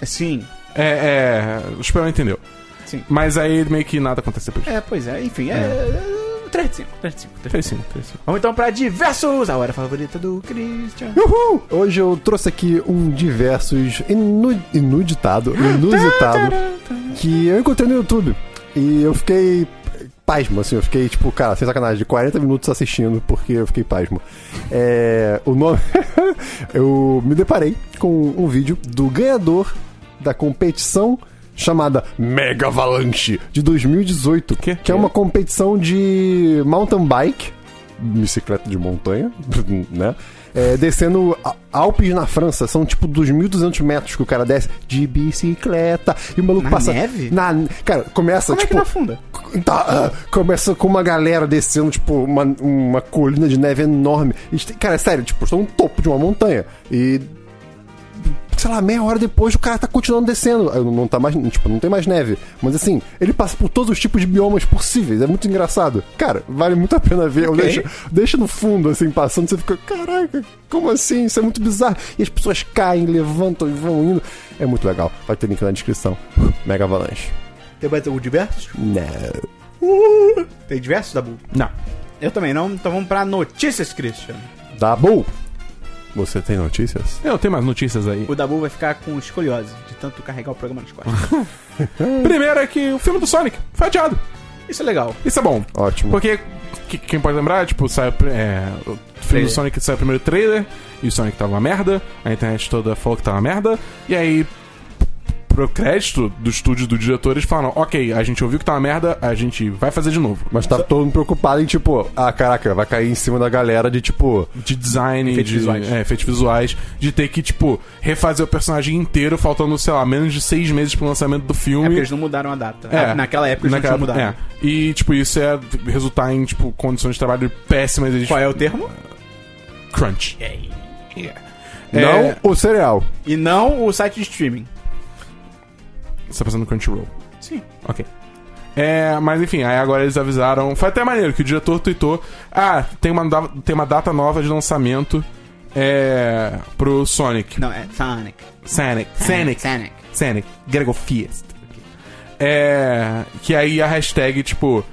Speaker 1: Assim.
Speaker 3: É, é. O Esperão entendeu.
Speaker 1: Sim.
Speaker 3: Mas aí meio que nada acontece depois.
Speaker 1: É, pois é, enfim, é. é. 3 de 5, 3 de 5, 3 de 5.
Speaker 3: Fez sim, fez sim.
Speaker 1: Vamos então pra diversos, a hora favorita do Christian.
Speaker 2: Uhul! Hoje eu trouxe aqui um diversos inu- inuditado, inusitado,
Speaker 1: Tá,
Speaker 2: que eu encontrei no YouTube. E eu fiquei pasmo, assim, eu fiquei, tipo, cara, sem sacanagem, de 40 minutos assistindo, porque eu fiquei pasmo. É, o nome... eu me deparei com um vídeo do ganhador da competição chamada Mega Avalanche de 2018,
Speaker 3: Que?
Speaker 2: que é uma competição de mountain bike, bicicleta de montanha, né? É, descendo a- Alpes na França, são tipo 2.200 metros que o cara desce de bicicleta e o maluco
Speaker 1: Na
Speaker 2: passa.
Speaker 1: neve?
Speaker 2: Na, cara, começa
Speaker 1: Como é que
Speaker 2: tipo.
Speaker 1: não afunda?
Speaker 2: Tá, ah, começa com uma galera descendo, tipo, uma, uma colina de neve enorme. E, tem- cara, sério, tipo, estão no topo de uma montanha. E. Sei lá, meia hora depois o cara tá continuando descendo. Aí Não tá mais, tipo, não tem mais neve. Mas assim, ele passa por todos os tipos de biomas possíveis. É muito engraçado. Cara, vale muito a pena ver. Eu
Speaker 1: Ok.
Speaker 2: deixo, deixa no fundo, assim, passando. Você fica, caraca, como assim? Isso é muito bizarro. E as pessoas caem, levantam e vão indo. É muito legal. Vai ter link na descrição. Mega Avalanche. Né.
Speaker 1: Tem mais algum diversos?
Speaker 2: Não.
Speaker 1: Tem diversos, Dabu?
Speaker 3: Não.
Speaker 1: Eu também não, então vamos pra notícias, Christian.
Speaker 2: Dabu, você tem notícias?
Speaker 3: Eu tenho mais notícias aí.
Speaker 1: O Dabu vai ficar com escoliose de tanto carregar o programa nas costas.
Speaker 3: Primeiro é que o filme do Sonic foi adiado.
Speaker 1: Isso é legal.
Speaker 3: Isso é bom.
Speaker 2: Ótimo.
Speaker 3: Porque, que- quem pode lembrar, tipo, saiu, pri- é, o filme
Speaker 1: Trailer.
Speaker 3: do Sonic saiu o primeiro trailer, e o Sonic tava uma merda, a internet toda falou que tava uma merda, e aí, pro crédito do estúdio do diretor, eles falaram, ok, a gente ouviu que tá uma merda, a gente vai fazer de novo.
Speaker 2: Mas tá todo mundo preocupado em, tipo, ah, caraca, vai cair em cima da galera de, tipo,
Speaker 3: de design,
Speaker 1: Efeitos
Speaker 3: de
Speaker 1: visuais.
Speaker 3: é, efeitos visuais, de ter que, tipo, refazer o personagem inteiro, faltando, sei lá, menos de seis meses pro lançamento do
Speaker 1: É
Speaker 3: filme.
Speaker 1: porque eles não mudaram a data. É. Ah, Naquela época eles
Speaker 3: É, naquela-
Speaker 1: não tinham mudado.
Speaker 3: é. E, tipo, isso é resultar em, tipo, condições de trabalho péssimas. Eles...
Speaker 1: Qual é o termo?
Speaker 3: Crunch. É,
Speaker 2: não o cereal.
Speaker 1: E não o site de streaming.
Speaker 3: Você tá pensando no Crunchyroll.
Speaker 1: Sim.
Speaker 3: Ok. É, mas enfim, aí agora eles avisaram. Foi até maneiro que o diretor tweetou: Ah, tem uma, da- tem uma data nova de lançamento é, pro Sonic.
Speaker 1: Não, é Sonic. É,
Speaker 3: Sonic. Sonic.
Speaker 1: Sonic.
Speaker 3: Sonic, gotta go fast. É. Que aí a hashtag, tipo.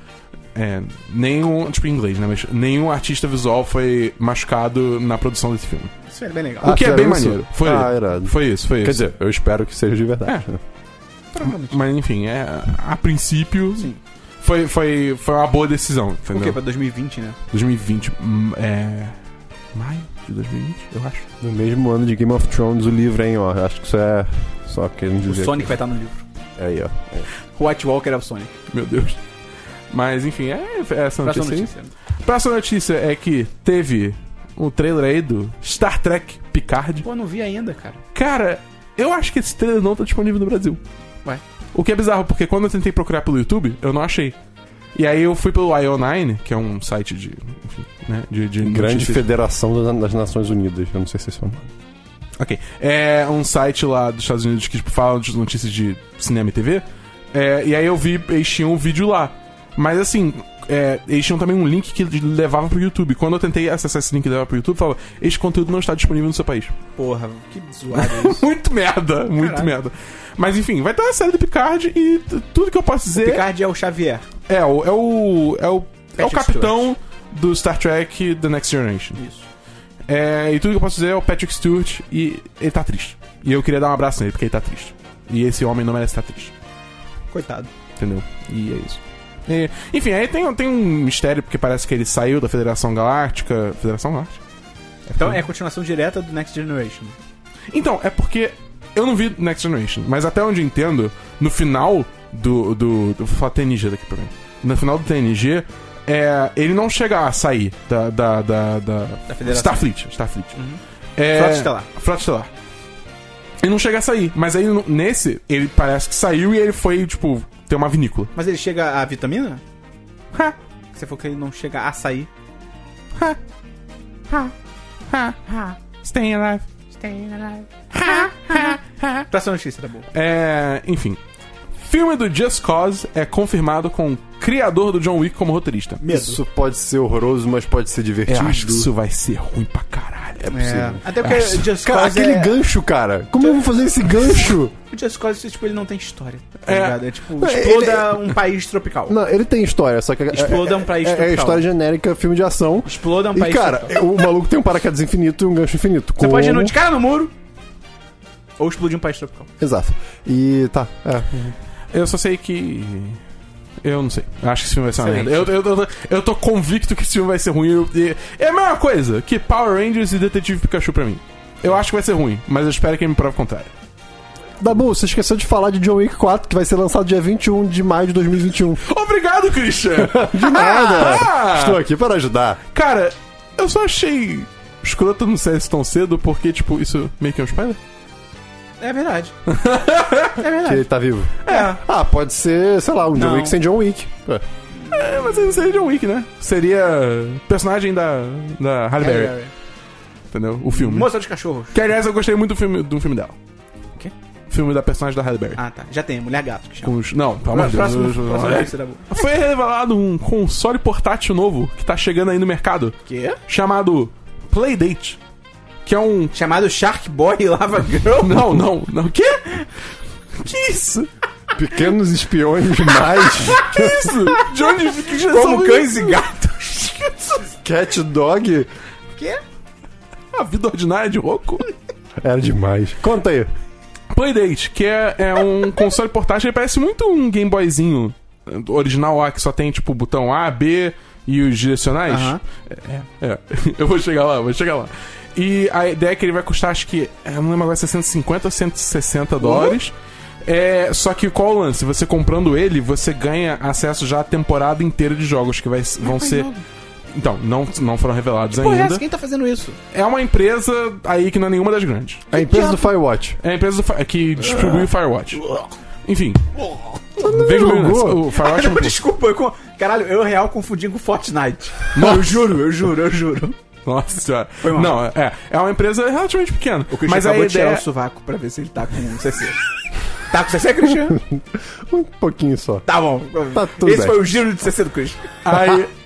Speaker 3: É, nenhum. Tipo, em inglês, né? Mas nenhum artista visual foi machucado na produção desse filme.
Speaker 1: Isso é bem legal.
Speaker 2: Ah,
Speaker 3: o que é
Speaker 2: fizeram
Speaker 3: bem
Speaker 2: isso?
Speaker 3: maneiro. Foi,
Speaker 2: Ah, irado.
Speaker 3: foi isso, foi isso.
Speaker 2: Quer dizer, eu espero que seja de verdade. né?
Speaker 1: Ah, Provavelmente.
Speaker 3: Mas enfim, é, a princípio.
Speaker 1: Sim.
Speaker 3: Foi, foi, foi uma boa decisão,
Speaker 1: O quê?
Speaker 3: entendeu?
Speaker 1: Pra 2020, né?
Speaker 3: 2020. hum, É. Maio de 2020, eu acho.
Speaker 2: No mesmo ano de Game of Thrones, o livro, hein, ó. Acho que isso é. Só querendo
Speaker 1: O
Speaker 2: dizer.
Speaker 1: Sonic vai estar no livro.
Speaker 2: que- Aí, ó.
Speaker 1: O White Walker é o Sonic.
Speaker 3: Meu Deus. Mas enfim, é essa
Speaker 1: Próxima
Speaker 3: notícia aí.
Speaker 1: notícia.
Speaker 3: Próxima notícia é que teve um trailer aí do Star Trek Picard.
Speaker 1: Pô, não vi ainda, cara.
Speaker 3: Cara, eu acho que esse trailer não tá disponível no Brasil.
Speaker 1: Ué.
Speaker 3: O que é bizarro, porque quando eu tentei procurar pelo YouTube, eu não achei. E aí eu fui pelo IO9, que é um site de. Enfim, né? De, de
Speaker 2: Grande
Speaker 3: notícias.
Speaker 2: Federação das, das Nações Unidas. Eu não sei se isso é um.
Speaker 3: Ok. É um site lá dos Estados Unidos que tipo, fala de notícias de cinema e TV. É, e aí eu vi, eles tinham um vídeo lá. Mas assim, é, eles tinham também um link que levava pro YouTube. Quando eu tentei acessar esse link que levava pro YouTube, falava: Este conteúdo não está disponível no seu país.
Speaker 1: Porra, que zoado é isso.
Speaker 3: muito merda, muito
Speaker 1: Caralho.
Speaker 3: merda. Mas enfim, vai estar a série do Picard e t- tudo que eu posso dizer.
Speaker 1: Picard é o Xavier.
Speaker 3: É, o, é o. É o, é o
Speaker 1: Patrick
Speaker 3: capitão do Star Trek The Next Generation.
Speaker 1: Isso.
Speaker 3: É, e tudo que eu posso dizer é o Patrick Stewart e ele tá triste. E eu queria dar um abraço nele, porque ele tá triste. E esse homem não merece estar triste.
Speaker 1: Coitado.
Speaker 3: Entendeu? E é isso. E, enfim, aí tem, tem um mistério, porque parece que ele saiu da Federação Galáctica. Federação Galáctica?
Speaker 1: Então é a continuação direta do Next Generation.
Speaker 3: Então, é porque eu não vi Next Generation, mas até onde eu entendo, no final do. do, do vou falar TNG daqui pra mim. No final do TNG, é, ele não chega a sair da. da. da. da
Speaker 1: Da Federação.
Speaker 3: Starfleet. Starfleet. É,
Speaker 1: Uhum. Frota Estelar.
Speaker 3: Frota Estelar. Ele não chega a sair, mas aí no- nesse, ele parece que saiu e ele foi, tipo, ter uma vinícola.
Speaker 1: Mas ele chega à vitamina?
Speaker 3: Ha,
Speaker 1: Você falou que ele não chega a sair.
Speaker 3: ha, ha, ha, ha. Stay alive.
Speaker 1: Próxima notícia, tá bom.
Speaker 3: É, enfim. Filme do Just Cause é confirmado com o criador do John Wick como roteirista.
Speaker 2: Isso pode ser horroroso, mas pode ser divertido.
Speaker 3: Eu acho que isso vai ser ruim pra caralho. É
Speaker 1: É. Até porque
Speaker 3: Acho-
Speaker 1: o Just
Speaker 2: Cara,
Speaker 1: Cause
Speaker 2: aquele
Speaker 1: é...
Speaker 2: gancho, cara. Como eu vou fazer esse gancho?
Speaker 1: O Just Cause, tipo, ele não tem história, tá
Speaker 3: É.
Speaker 1: ligado? É tipo,
Speaker 2: Não, ele-
Speaker 1: exploda um país tropical.
Speaker 2: Não, ele tem história, só que. é-
Speaker 1: Exploda um país
Speaker 2: é, é, é
Speaker 1: tropical.
Speaker 2: história genérica, filme de ação.
Speaker 1: Exploda um
Speaker 2: E,
Speaker 1: país
Speaker 2: cara,
Speaker 1: tropical.
Speaker 2: o maluco tem um paraquedas infinito e um gancho infinito.
Speaker 1: Você pode ir
Speaker 2: Como-
Speaker 1: no de cara no muro ou explodir um país tropical.
Speaker 2: Exato. E tá. É.
Speaker 3: Eu só sei que. Eu não sei. Eu Acho que esse filme vai ser uma merda. Eu,
Speaker 1: Excelente.
Speaker 3: eu, eu, eu tô convicto que esse filme vai ser ruim. Eu- e- é a mesma coisa que Power Rangers e Detetive Pikachu pra mim. Eu acho que vai ser ruim, mas eu espero que ele me prove o contrário.
Speaker 2: Dabu, você esqueceu de falar de John Wick 4, que vai ser lançado dia 21 de maio de 2021.
Speaker 3: Obrigado, Christian!
Speaker 2: De nada!
Speaker 3: Ah!
Speaker 2: Estou aqui para ajudar.
Speaker 3: Cara, eu só achei escroto no CS tão cedo porque, tipo, isso meio que é um spoiler?
Speaker 1: É verdade. é
Speaker 2: Que
Speaker 1: verdade.
Speaker 2: ele tá vivo.
Speaker 1: É.
Speaker 2: Ah, pode ser, sei lá, um John
Speaker 1: Não.
Speaker 2: Wick sem John Wick. É.
Speaker 3: É, mas aí não seria John Wick, né? Seria personagem da, da Halle Berry,
Speaker 1: É, é, é.
Speaker 3: entendeu? O filme.
Speaker 1: Moça dos cachorros.
Speaker 3: Que, aliás, eu gostei muito do filme, do filme dela. O
Speaker 1: quê?
Speaker 3: Filme da personagem da Halle Berry.
Speaker 1: Ah, tá. Já tem. Mulher gato que chama.
Speaker 3: Com os- Não, pelo amor de Deus.
Speaker 1: próximo,
Speaker 3: eu- eu-
Speaker 1: próxima
Speaker 3: eu-
Speaker 1: notícia, Dabu.
Speaker 3: Foi revelado um console portátil novo que tá chegando aí no mercado,
Speaker 1: Quê?
Speaker 3: chamado Playdate. Que é um.
Speaker 1: Chamado Shark Boy e Lava Girl?
Speaker 3: Não, não, não. Quê? Que isso?
Speaker 2: Pequenos espiões mais
Speaker 3: Que isso? De onde que geração
Speaker 1: Como
Speaker 3: é
Speaker 1: cães
Speaker 3: isso?
Speaker 1: e gatos.
Speaker 3: Que isso?
Speaker 2: cat dog.
Speaker 1: Quê?
Speaker 3: A vida ordinária de Roku.
Speaker 2: Era demais. Conta aí.
Speaker 3: Playdate, que é, é um console portátil, ele parece muito um Game Boyzinho eh, original lá, que só tem, tipo, o botão A, B e os direcionais.
Speaker 1: Aham.
Speaker 3: É, é. eu vou chegar lá, vou chegar lá. E a ideia é que ele vai custar, acho que, é, eu não lembro agora, 650 ou 160 dólares.
Speaker 1: Uhum.
Speaker 3: É, só que qual o lance? Você comprando ele, você ganha acesso já à temporada inteira de jogos que vai, vão ser... Então, não, não foram revelados
Speaker 1: Porra,
Speaker 3: ainda.
Speaker 1: essa, quem tá fazendo isso?
Speaker 3: É uma empresa aí que não é nenhuma das grandes.
Speaker 2: A empresa
Speaker 1: diabo?
Speaker 2: do Firewatch.
Speaker 3: É a empresa do Fi- que
Speaker 1: Ah.
Speaker 3: distribui o Firewatch. Enfim. Veja
Speaker 2: jogou?
Speaker 3: o O Firewatch é
Speaker 1: Não,
Speaker 3: muito
Speaker 1: desculpa, eu, co- caralho, eu real confundi com Fortnite.
Speaker 3: Nossa.
Speaker 1: Eu juro, eu juro, eu juro.
Speaker 3: bom. Nossa senhora.
Speaker 1: mal.
Speaker 3: Não, é. É uma empresa relativamente pequena.
Speaker 1: O Christian
Speaker 3: Mas a
Speaker 1: acabou de tirar
Speaker 3: ideia. é-
Speaker 1: o sovaco pra ver se ele tá com CC. tá com CC, Christian?
Speaker 2: Um pouquinho só.
Speaker 1: Tá bom.
Speaker 2: Tá tudo
Speaker 1: Esse
Speaker 2: bem.
Speaker 1: foi o giro de CC do Christian.
Speaker 3: é Aí.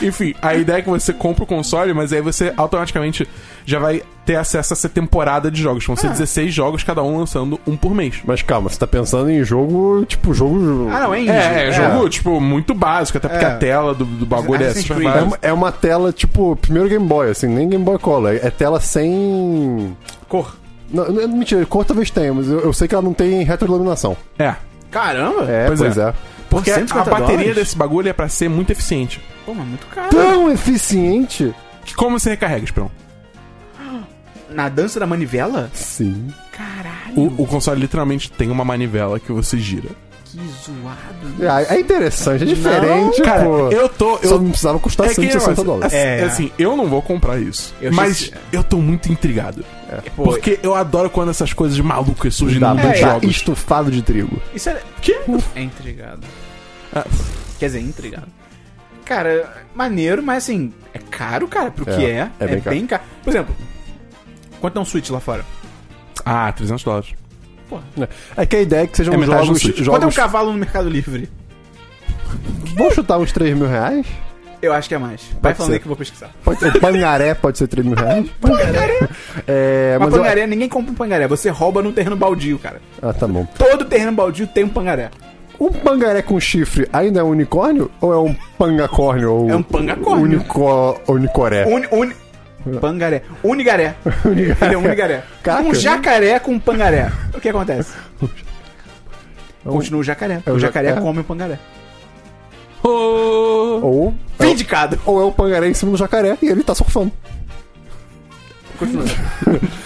Speaker 3: Enfim, a ideia é que você compra o console, mas aí você automaticamente já vai ter acesso a essa temporada de jogos.
Speaker 1: Ah.
Speaker 3: Vão ser 16 jogos, cada um lançando um por mês.
Speaker 2: Mas calma, você tá pensando em jogo, tipo, jogo.
Speaker 1: Ah, não, hein?
Speaker 3: É, é jogo, tipo, muito básico, até porque
Speaker 1: É.
Speaker 3: a tela do, do bagulho é
Speaker 1: Assassin's
Speaker 3: super
Speaker 1: Creed.
Speaker 2: É
Speaker 3: básica.
Speaker 2: uma, é uma tela, tipo, primeiro Game Boy, assim, nem Game Boy Color. É tela sem.
Speaker 1: Cor.
Speaker 2: Não, não, mentira, cor talvez tenha, mas eu, eu sei que ela não tem retroiluminação.
Speaker 3: É.
Speaker 1: Caramba!
Speaker 2: É,
Speaker 3: Pois
Speaker 2: pois,
Speaker 3: é.
Speaker 2: é.
Speaker 3: Porque a
Speaker 1: 150
Speaker 3: bateria
Speaker 1: dólares?
Speaker 3: desse bagulho é pra ser muito eficiente.
Speaker 1: Pô, mas muito caro.
Speaker 2: Tão eficiente?
Speaker 3: Que Como você recarrega, Esperão?
Speaker 1: Na dança da manivela?
Speaker 2: Sim.
Speaker 1: Caralho,
Speaker 3: O, o console literalmente tem uma manivela que você gira.
Speaker 1: que zoado.
Speaker 2: É, é interessante, é diferente,
Speaker 3: Cara,
Speaker 2: pô.
Speaker 3: eu tô.
Speaker 2: Só
Speaker 3: Eu,
Speaker 2: não precisava custar
Speaker 3: é que
Speaker 2: 160
Speaker 3: negócio,
Speaker 2: dólares.
Speaker 3: Assim,
Speaker 1: É.
Speaker 3: assim, eu não vou comprar isso.
Speaker 1: Eu
Speaker 3: mas
Speaker 1: achei-
Speaker 3: eu tô muito intrigado.
Speaker 1: Pô,
Speaker 3: Porque eu adoro quando essas coisas malucas surgem
Speaker 2: Dá
Speaker 3: nos
Speaker 2: pra
Speaker 1: é,
Speaker 2: tá
Speaker 3: jogos.
Speaker 2: estufado de trigo.
Speaker 1: Isso é.
Speaker 3: Que?
Speaker 1: É intrigado.
Speaker 3: Ah,
Speaker 1: Quer dizer, intrigado. Cara, maneiro, mas assim, é caro, cara, pro que é.
Speaker 2: é bem caro.
Speaker 1: Por exemplo,
Speaker 4: Quanto é um Switch lá fora?
Speaker 3: Ah, 300 dólares.
Speaker 2: É que a ideia é que sejam
Speaker 3: É metade do
Speaker 2: jogos.
Speaker 3: Switch.
Speaker 4: Quanto é um
Speaker 2: jogos
Speaker 4: cavalo no Mercado Livre?
Speaker 2: vamos chutar uns 3 mil reais?
Speaker 1: Eu acho que é mais.
Speaker 2: Pode
Speaker 4: Vai falando
Speaker 2: ser.
Speaker 4: aí que eu vou pesquisar.
Speaker 2: Pode, o pangaré pode ser 3 mil reais? É,
Speaker 1: Mas
Speaker 2: mas eu-
Speaker 1: pangaré, ninguém compra um pangaré. Você rouba num terreno baldio, cara.
Speaker 2: Ah, tá bom.
Speaker 1: Todo terreno baldio tem um pangaré.
Speaker 2: Um pangaré com chifre ainda é um unicórnio? Ou é um pangacórnio? Ou
Speaker 1: É um pangacórnio.
Speaker 2: Unico... Unicoré.
Speaker 1: Uni, uni... Pangaré. Unigaré.
Speaker 2: Unigaré.
Speaker 1: Ele é um unigaré.
Speaker 2: Caraca.
Speaker 1: Um jacaré com um pangaré. O que acontece? Continua o jacaré.
Speaker 2: É o
Speaker 1: o jacaré
Speaker 2: jacaré.
Speaker 1: come o pangaré.
Speaker 2: Ou,
Speaker 1: Vindicado.
Speaker 2: ou é o pangaré em cima do jacaré e ele tá surfando.
Speaker 1: Continua.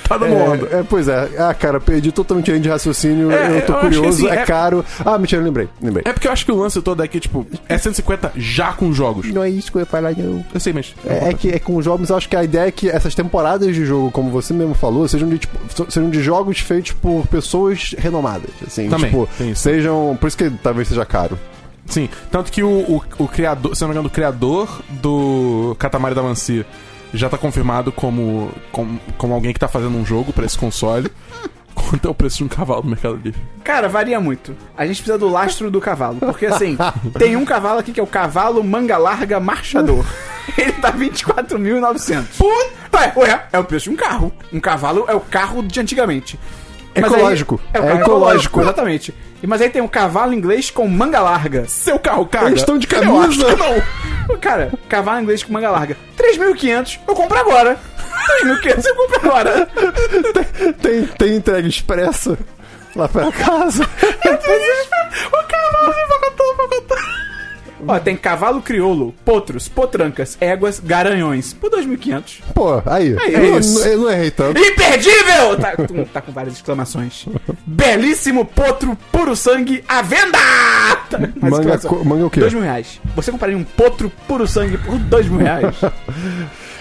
Speaker 3: Tá dando onda.
Speaker 2: É, é, pois é. Ah, cara, perdi totalmente a linha de raciocínio.
Speaker 3: É,
Speaker 2: eu tô
Speaker 3: eu acho que
Speaker 2: curioso,
Speaker 3: assim,
Speaker 2: é,
Speaker 3: é-
Speaker 2: caro. Ah, mentira, eu lembrei. Lembrei.
Speaker 3: É porque eu acho que o lance todo aqui, tipo, é 150 já com jogos.
Speaker 2: Não é isso que eu ia falar, não.
Speaker 3: Eu sei, mas.
Speaker 2: É, é que é com os jogos, eu acho que a ideia é que essas temporadas de jogo, como você mesmo falou, sejam de, tipo, so- sejam de jogos feitos por pessoas renomadas. Assim,
Speaker 3: Também,
Speaker 2: tipo,
Speaker 3: tem isso.
Speaker 2: sejam. Por isso que talvez seja caro.
Speaker 3: Sim, tanto que o, o, o criador, se eu não me engano, o criador do Katamari da Mansi já tá confirmado como, como, como alguém que tá fazendo um jogo pra esse console. Quanto é o preço de um cavalo no Mercado Livre?
Speaker 1: Cara, varia muito. A gente precisa do lastro do cavalo. Porque assim, tem um cavalo aqui que é o cavalo manga larga marchador. Ele tá 24.900. Puta! Ué, é o preço de um carro. Um cavalo é o carro de antigamente. Mas aí-
Speaker 2: Ecológico.
Speaker 1: é, o
Speaker 2: É
Speaker 1: carro
Speaker 2: ecológico.
Speaker 1: ecológico. Exatamente. E- Mas aí tem um cavalo inglês com manga larga.
Speaker 3: Seu carro caga?
Speaker 2: Eles estão de
Speaker 3: Eu acho
Speaker 2: camisa.
Speaker 3: que não.
Speaker 1: Cara, cavalo inglês com manga larga. 3.500, eu compro agora. 3.500, eu compro agora.
Speaker 2: Tem, tem entrega expressa lá pra casa.
Speaker 1: O cavalo me pacotou, pacotou. Ó, tem cavalo crioulo, potros, potrancas, éguas, garanhões. Por 2.500.
Speaker 2: Pô, aí.
Speaker 1: É
Speaker 2: eu,
Speaker 1: isso.
Speaker 2: eu não errei tanto.
Speaker 1: Imperdível! Tá, tu- tá com várias exclamações. Belíssimo potro, puro sangue, à venda! Tá, mais
Speaker 2: Manga,
Speaker 1: exclamação.
Speaker 2: co- manga o quê?
Speaker 1: Dois mil reais. Você compraria um potro puro sangue por dois mil reais?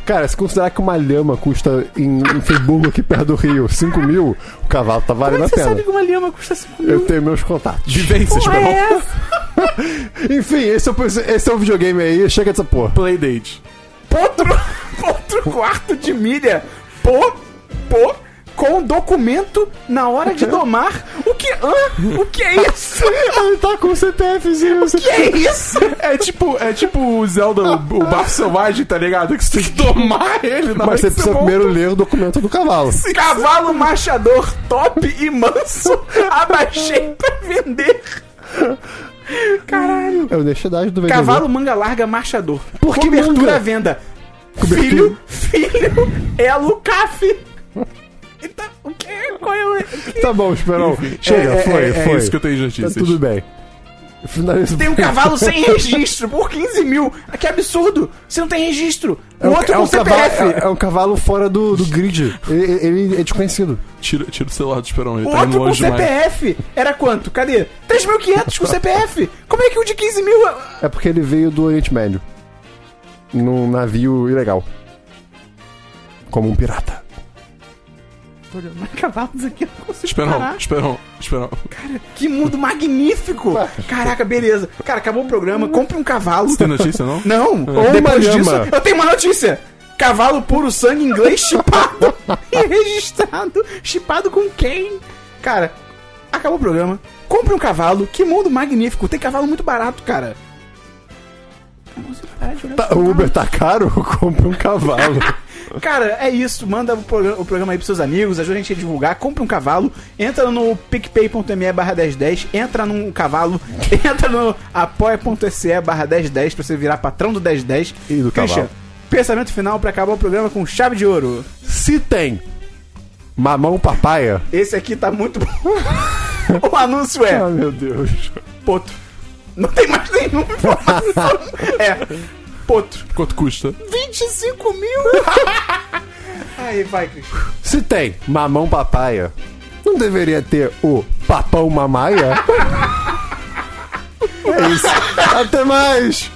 Speaker 2: Cara, se considerar que uma lhama custa em, em Friburgo, aqui perto do Rio, 5 mil, o cavalo tá valendo
Speaker 1: Como é
Speaker 2: a
Speaker 1: que você sabe
Speaker 2: pena.
Speaker 1: que uma lhama custa 5 mil?
Speaker 2: Eu tenho meus contatos.
Speaker 3: Vivências,
Speaker 1: Porra,
Speaker 3: meu
Speaker 1: é
Speaker 3: irmão.
Speaker 1: essa?
Speaker 2: Enfim, esse é, o, esse é o videogame aí. Chega dessa porra.
Speaker 3: Playdate.
Speaker 1: Potro, potro quarto de milha. Pô, pô, com documento na hora de domar. O que? Hã? O que é isso?
Speaker 2: Ele tá com o CPFzinho.
Speaker 1: O que é isso?
Speaker 3: É tipo, é tipo o Zelda, o, o Barco Selvagem, tá ligado? Que você tem que domar ele na hora
Speaker 2: Mas você
Speaker 3: que
Speaker 2: precisa
Speaker 3: monta.
Speaker 2: primeiro ler o documento do cavalo.
Speaker 1: Cavalo machador top e manso, abaixei pra vender. Caralho.
Speaker 2: É a honestidade do vendedor.
Speaker 1: Cavalo manga larga machador.
Speaker 2: Por que manga?
Speaker 1: Cobertura à venda. Filho, filho,
Speaker 2: é
Speaker 1: elo caf. Então, o que? Qual é o...
Speaker 2: Tá bom, Esperão. Chega,
Speaker 3: é,
Speaker 2: foi,
Speaker 3: é, é
Speaker 2: foi.
Speaker 3: isso que eu tenho de notícias.
Speaker 2: Tá tudo bem. Finaliza.
Speaker 1: Tem um cavalo sem registro por 15 mil. Ah, Que absurdo. Você não tem registro. O
Speaker 2: É um-
Speaker 1: outro
Speaker 2: é
Speaker 1: com
Speaker 2: um
Speaker 1: CPF.
Speaker 2: Cavalo, é, é um cavalo fora do, do grid. Ele, ele é desconhecido.
Speaker 3: Tira, tira o celular do Esperão, ele
Speaker 1: O
Speaker 3: tá indo
Speaker 1: outro com
Speaker 3: longe demais.
Speaker 1: CPF era quanto? Cadê? 3.500 com CPF. Como é que o de 15 mil...
Speaker 2: É porque ele veio do Oriente Médio. Num navio ilegal. Como um pirata.
Speaker 1: Tô olhando mais cavalos aqui, eu não consigo
Speaker 3: Esperão,
Speaker 1: parar.
Speaker 3: Esperão, Esperão.
Speaker 1: Que mundo magnífico! Caraca, beleza. Cara, acabou o programa,
Speaker 2: Hum.
Speaker 1: compre um cavalo.
Speaker 3: Tem notícia, não?
Speaker 1: Não,
Speaker 2: Ou
Speaker 1: depois
Speaker 2: uma
Speaker 1: disso,
Speaker 2: lhama.
Speaker 1: eu tenho uma notícia. Cavalo puro sangue inglês chipado e registrado. Chipado com quem? Cara, acabou o programa. Compre um cavalo. Que mundo magnífico. Tem cavalo muito barato, cara. Eu não consigo parar de olhar
Speaker 2: Tá-
Speaker 1: esse
Speaker 2: o
Speaker 1: cavalo.
Speaker 2: Uber tá caro? Compra um cavalo.
Speaker 1: Cara, é isso. Manda o programa, o programa aí pros seus amigos, ajuda a gente a divulgar. Compre um cavalo, entra no picpay.me barra 1010, entra num cavalo, entra no apoia.se barra 1010 pra você virar patrão do 1010.
Speaker 2: E do cavalo.
Speaker 1: pensamento final pra acabar o programa com chave de ouro.
Speaker 2: Se tem mamão papaya.
Speaker 1: Esse aqui tá muito bom. o anúncio é...
Speaker 2: Ah, meu Deus.
Speaker 1: Potro. Não tem mais nenhuma informação. é... Potro.
Speaker 3: Quanto custa?
Speaker 1: 25 mil? aí, vai, Cris.
Speaker 2: Se tem mamão papaya, não deveria ter o papão mamaia? é isso. Até mais.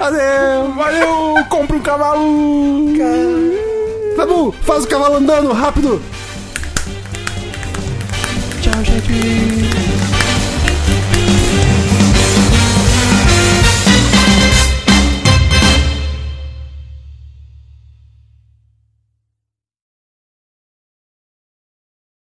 Speaker 2: Adeus.
Speaker 3: Valeu, compra um cavalo!
Speaker 2: Tabu, Tá faz o cavalo andando, rápido.
Speaker 5: Tchau, gente.